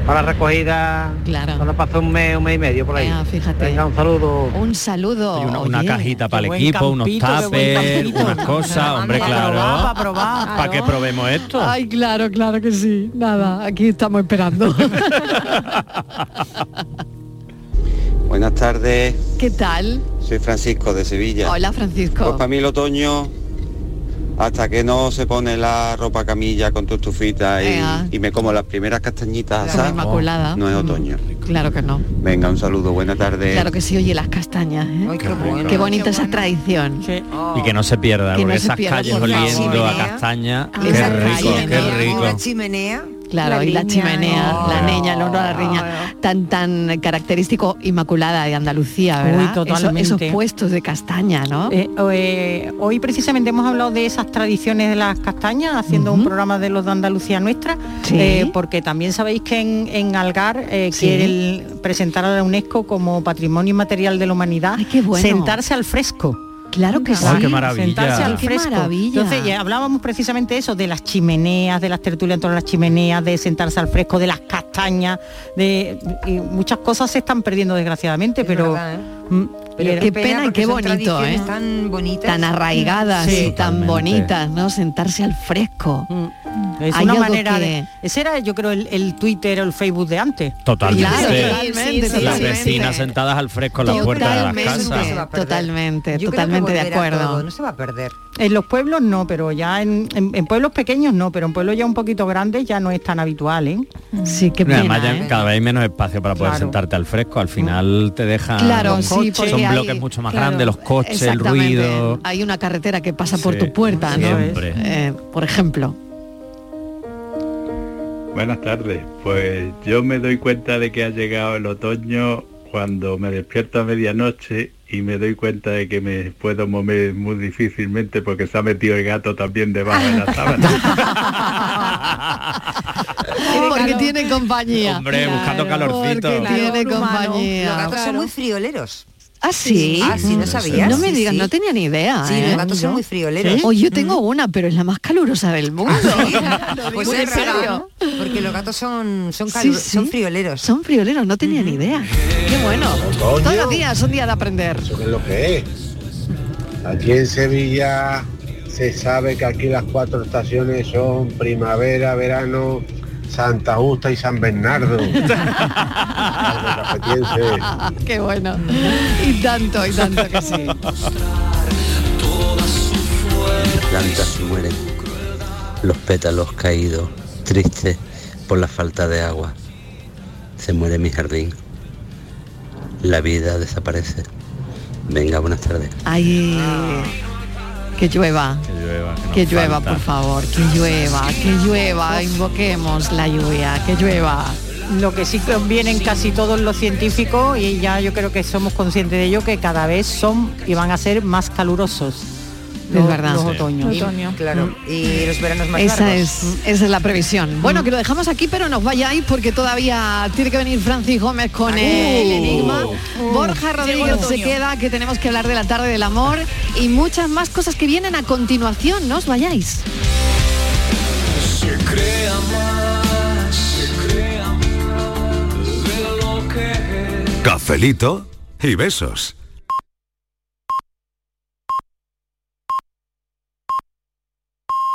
S4: para la recogida.
S5: Claro.
S4: Solo pasó un mes, un mes y medio por ahí.
S5: Ah, fíjate.
S4: Venga, un saludo.
S5: Un saludo.
S6: Una, una
S5: Oye,
S6: cajita para el
S5: buen
S6: equipo, unos
S5: campito, qué buen
S6: tapes,
S5: campito.
S6: unas cosas, hombre, claro.
S5: probar.
S6: Para que probemos esto.
S5: Ay, claro, claro que sí. Nada, aquí estamos esperando.
S36: Buenas tardes,
S5: ¿Qué tal?
S36: soy Francisco de Sevilla.
S5: Hola,
S36: Pues
S5: Francisco.
S36: para mí el otoño, hasta que no se pone la ropa camilla con tus tufitas y,
S5: Ea.
S36: y me como las primeras castañitas
S5: Con
S36: asadas,
S5: Inmaculada.
S36: no es otoño.
S5: Claro que no.
S36: Venga, un saludo, buena tarde.
S5: Claro que sí, oye, las castañas. ¿eh? qué,
S6: bueno.
S5: bonita esa tradición.
S6: Y que no se pierda,
S5: Que no
S6: porque
S5: se
S6: esas
S5: pierda,
S6: calles
S5: por favor.
S6: oliendo a
S5: Chimenea.
S6: castaña.
S5: Ah,
S6: qué
S5: esas
S6: rico,
S5: calles,
S6: qué
S5: ¿no?
S9: Una
S6: rico.
S9: chimenea.
S5: Claro, y la chimenea, la niña, el olor a la riña, tan tan característico inmaculada de Andalucía,
S7: Uy,
S5: ¿verdad? Eso-
S7: totalmente.
S5: esos puestos de castaña, ¿no?
S7: Eh, eh, hoy precisamente hemos hablado de esas tradiciones de las castañas, haciendo un programa de los de Andalucía Nuestra,
S5: Sí.
S7: eh, porque también sabéis que en, en Algar eh,
S5: Sí.
S7: quieren presentar a la UNESCO como Patrimonio Inmaterial de la Humanidad,
S5: bueno.
S7: sentarse al fresco.
S5: Claro que
S6: Ah,
S5: sí.
S6: qué maravilla.
S7: sentarse al
S5: Qué
S7: fresco.
S5: maravilla.
S7: Entonces ya hablábamos precisamente eso, de las chimeneas, de las tertulias en torno a las chimeneas, de sentarse al fresco, de las castañas, de y muchas cosas se están perdiendo desgraciadamente, pero,
S9: verdad, ¿eh?
S7: Mm, y
S9: Pero
S7: era-
S5: qué pena y
S9: porque
S5: qué
S9: son
S5: bonito,
S9: tradiciones
S5: ¿eh?
S9: tan bonitas.
S5: Tan arraigadas
S7: Sí.
S5: y tan
S7: Totalmente.
S5: bonitas, ¿no? Sentarse al fresco.
S7: Mm. Es
S5: Hay
S7: una
S5: algo
S7: manera
S5: que-
S7: de. Ese era, yo creo, el, el Twitter o el Facebook de antes.
S6: Totalmente.
S7: Claro,
S5: totalmente,
S6: las
S5: totalmente.
S6: vecinas sentadas al fresco en la puerta de las
S5: Totalmente,
S6: casas.
S5: totalmente,
S9: Yo creo que
S5: totalmente de
S9: volverá
S5: acuerdo.
S9: todo, no se va a perder.
S7: En los pueblos no, pero ya en, en- en pueblos pequeños no, pero en pueblos ya un poquito grandes ya no es tan habitual, ¿eh?
S5: Sí, qué ¿eh?
S6: No, además ya cada vez hay menos espacio para poder sentarte al fresco. Al final te dejan
S5: Mm. Claro,
S6: los
S5: sí,
S6: coches,
S5: porque
S6: son
S5: hay-
S6: bloques mucho más
S5: claro,
S6: grandes, los coches, el
S5: exactamente.
S6: ruido.
S5: Hay una carretera que pasa por
S6: Sí,
S5: tu puerta, ¿no?
S6: siempre.
S5: Eh, por ejemplo.
S37: Buenas tardes, pues yo me doy cuenta de que ha llegado el otoño cuando me despierto a medianoche y me doy cuenta de que me puedo mover muy difícilmente porque se ha metido el gato también debajo de la sábana.
S5: Porque tiene compañía.
S6: Hombre, buscando calorcito.
S5: Porque tiene compañía.
S9: Los gatos son muy frioleros.
S5: Ah, sí.
S9: Ah, sí, no sabías.
S5: No me
S9: Sí,
S5: digas,
S9: sí.
S5: no tenía ni idea.
S9: Sí,
S5: ¿eh?
S9: los gatos son
S5: ¿No?
S9: muy frioleros.
S5: ¿Sí? Mm. Ah. Oye, yo tengo una, pero es la más calurosa del mundo.
S9: Pues
S5: digo en
S9: es raro,
S5: serio.
S9: ¿no? Porque los gatos son, son,
S5: Sí,
S9: calu-
S5: sí.
S9: son frioleros.
S5: Son frioleros, no tenía ni idea. Qué bueno.
S10: Coño.
S5: Todos los días son día de aprender.
S10: ¿Eso qué es lo que es? Aquí en Sevilla se sabe que aquí las cuatro estaciones son primavera, verano, Santa Justa y San Bernardo. Algo capetiense.
S5: Qué bueno. Y tanto, y tanto que sí.
S34: plantas mueren, los pétalos caídos, tristes por la falta de agua. Se muere mi jardín. La vida desaparece. Venga, buenas tardes.
S5: Ay, Ah. que llueva.
S6: Que llueva, que nos
S5: Que llueva,
S6: falta.
S5: por favor, que llueva, que llueva, invoquemos la lluvia, que llueva.
S7: Lo que sí convienen casi todos los científicos y ya yo creo que somos conscientes de ello que cada vez son y van a ser más calurosos los,
S5: verdad.
S7: los
S5: Sí.
S7: otoños. Mm.
S5: Y- Otoño.
S9: Claro. Y los veranos más
S5: Esa
S9: largos. Mm.
S5: es, esa es la previsión. Bueno, que lo dejamos aquí, pero nos vayáis porque todavía tiene que venir Francis Gómez con
S9: Uh.
S5: el enigma. Borja Rodríguez se queda, que tenemos que hablar de la tarde del amor y muchas más cosas que vienen a continuación. No os vayáis.
S3: Se crea más, se crea más de lo que es.
S27: Cafelito y besos.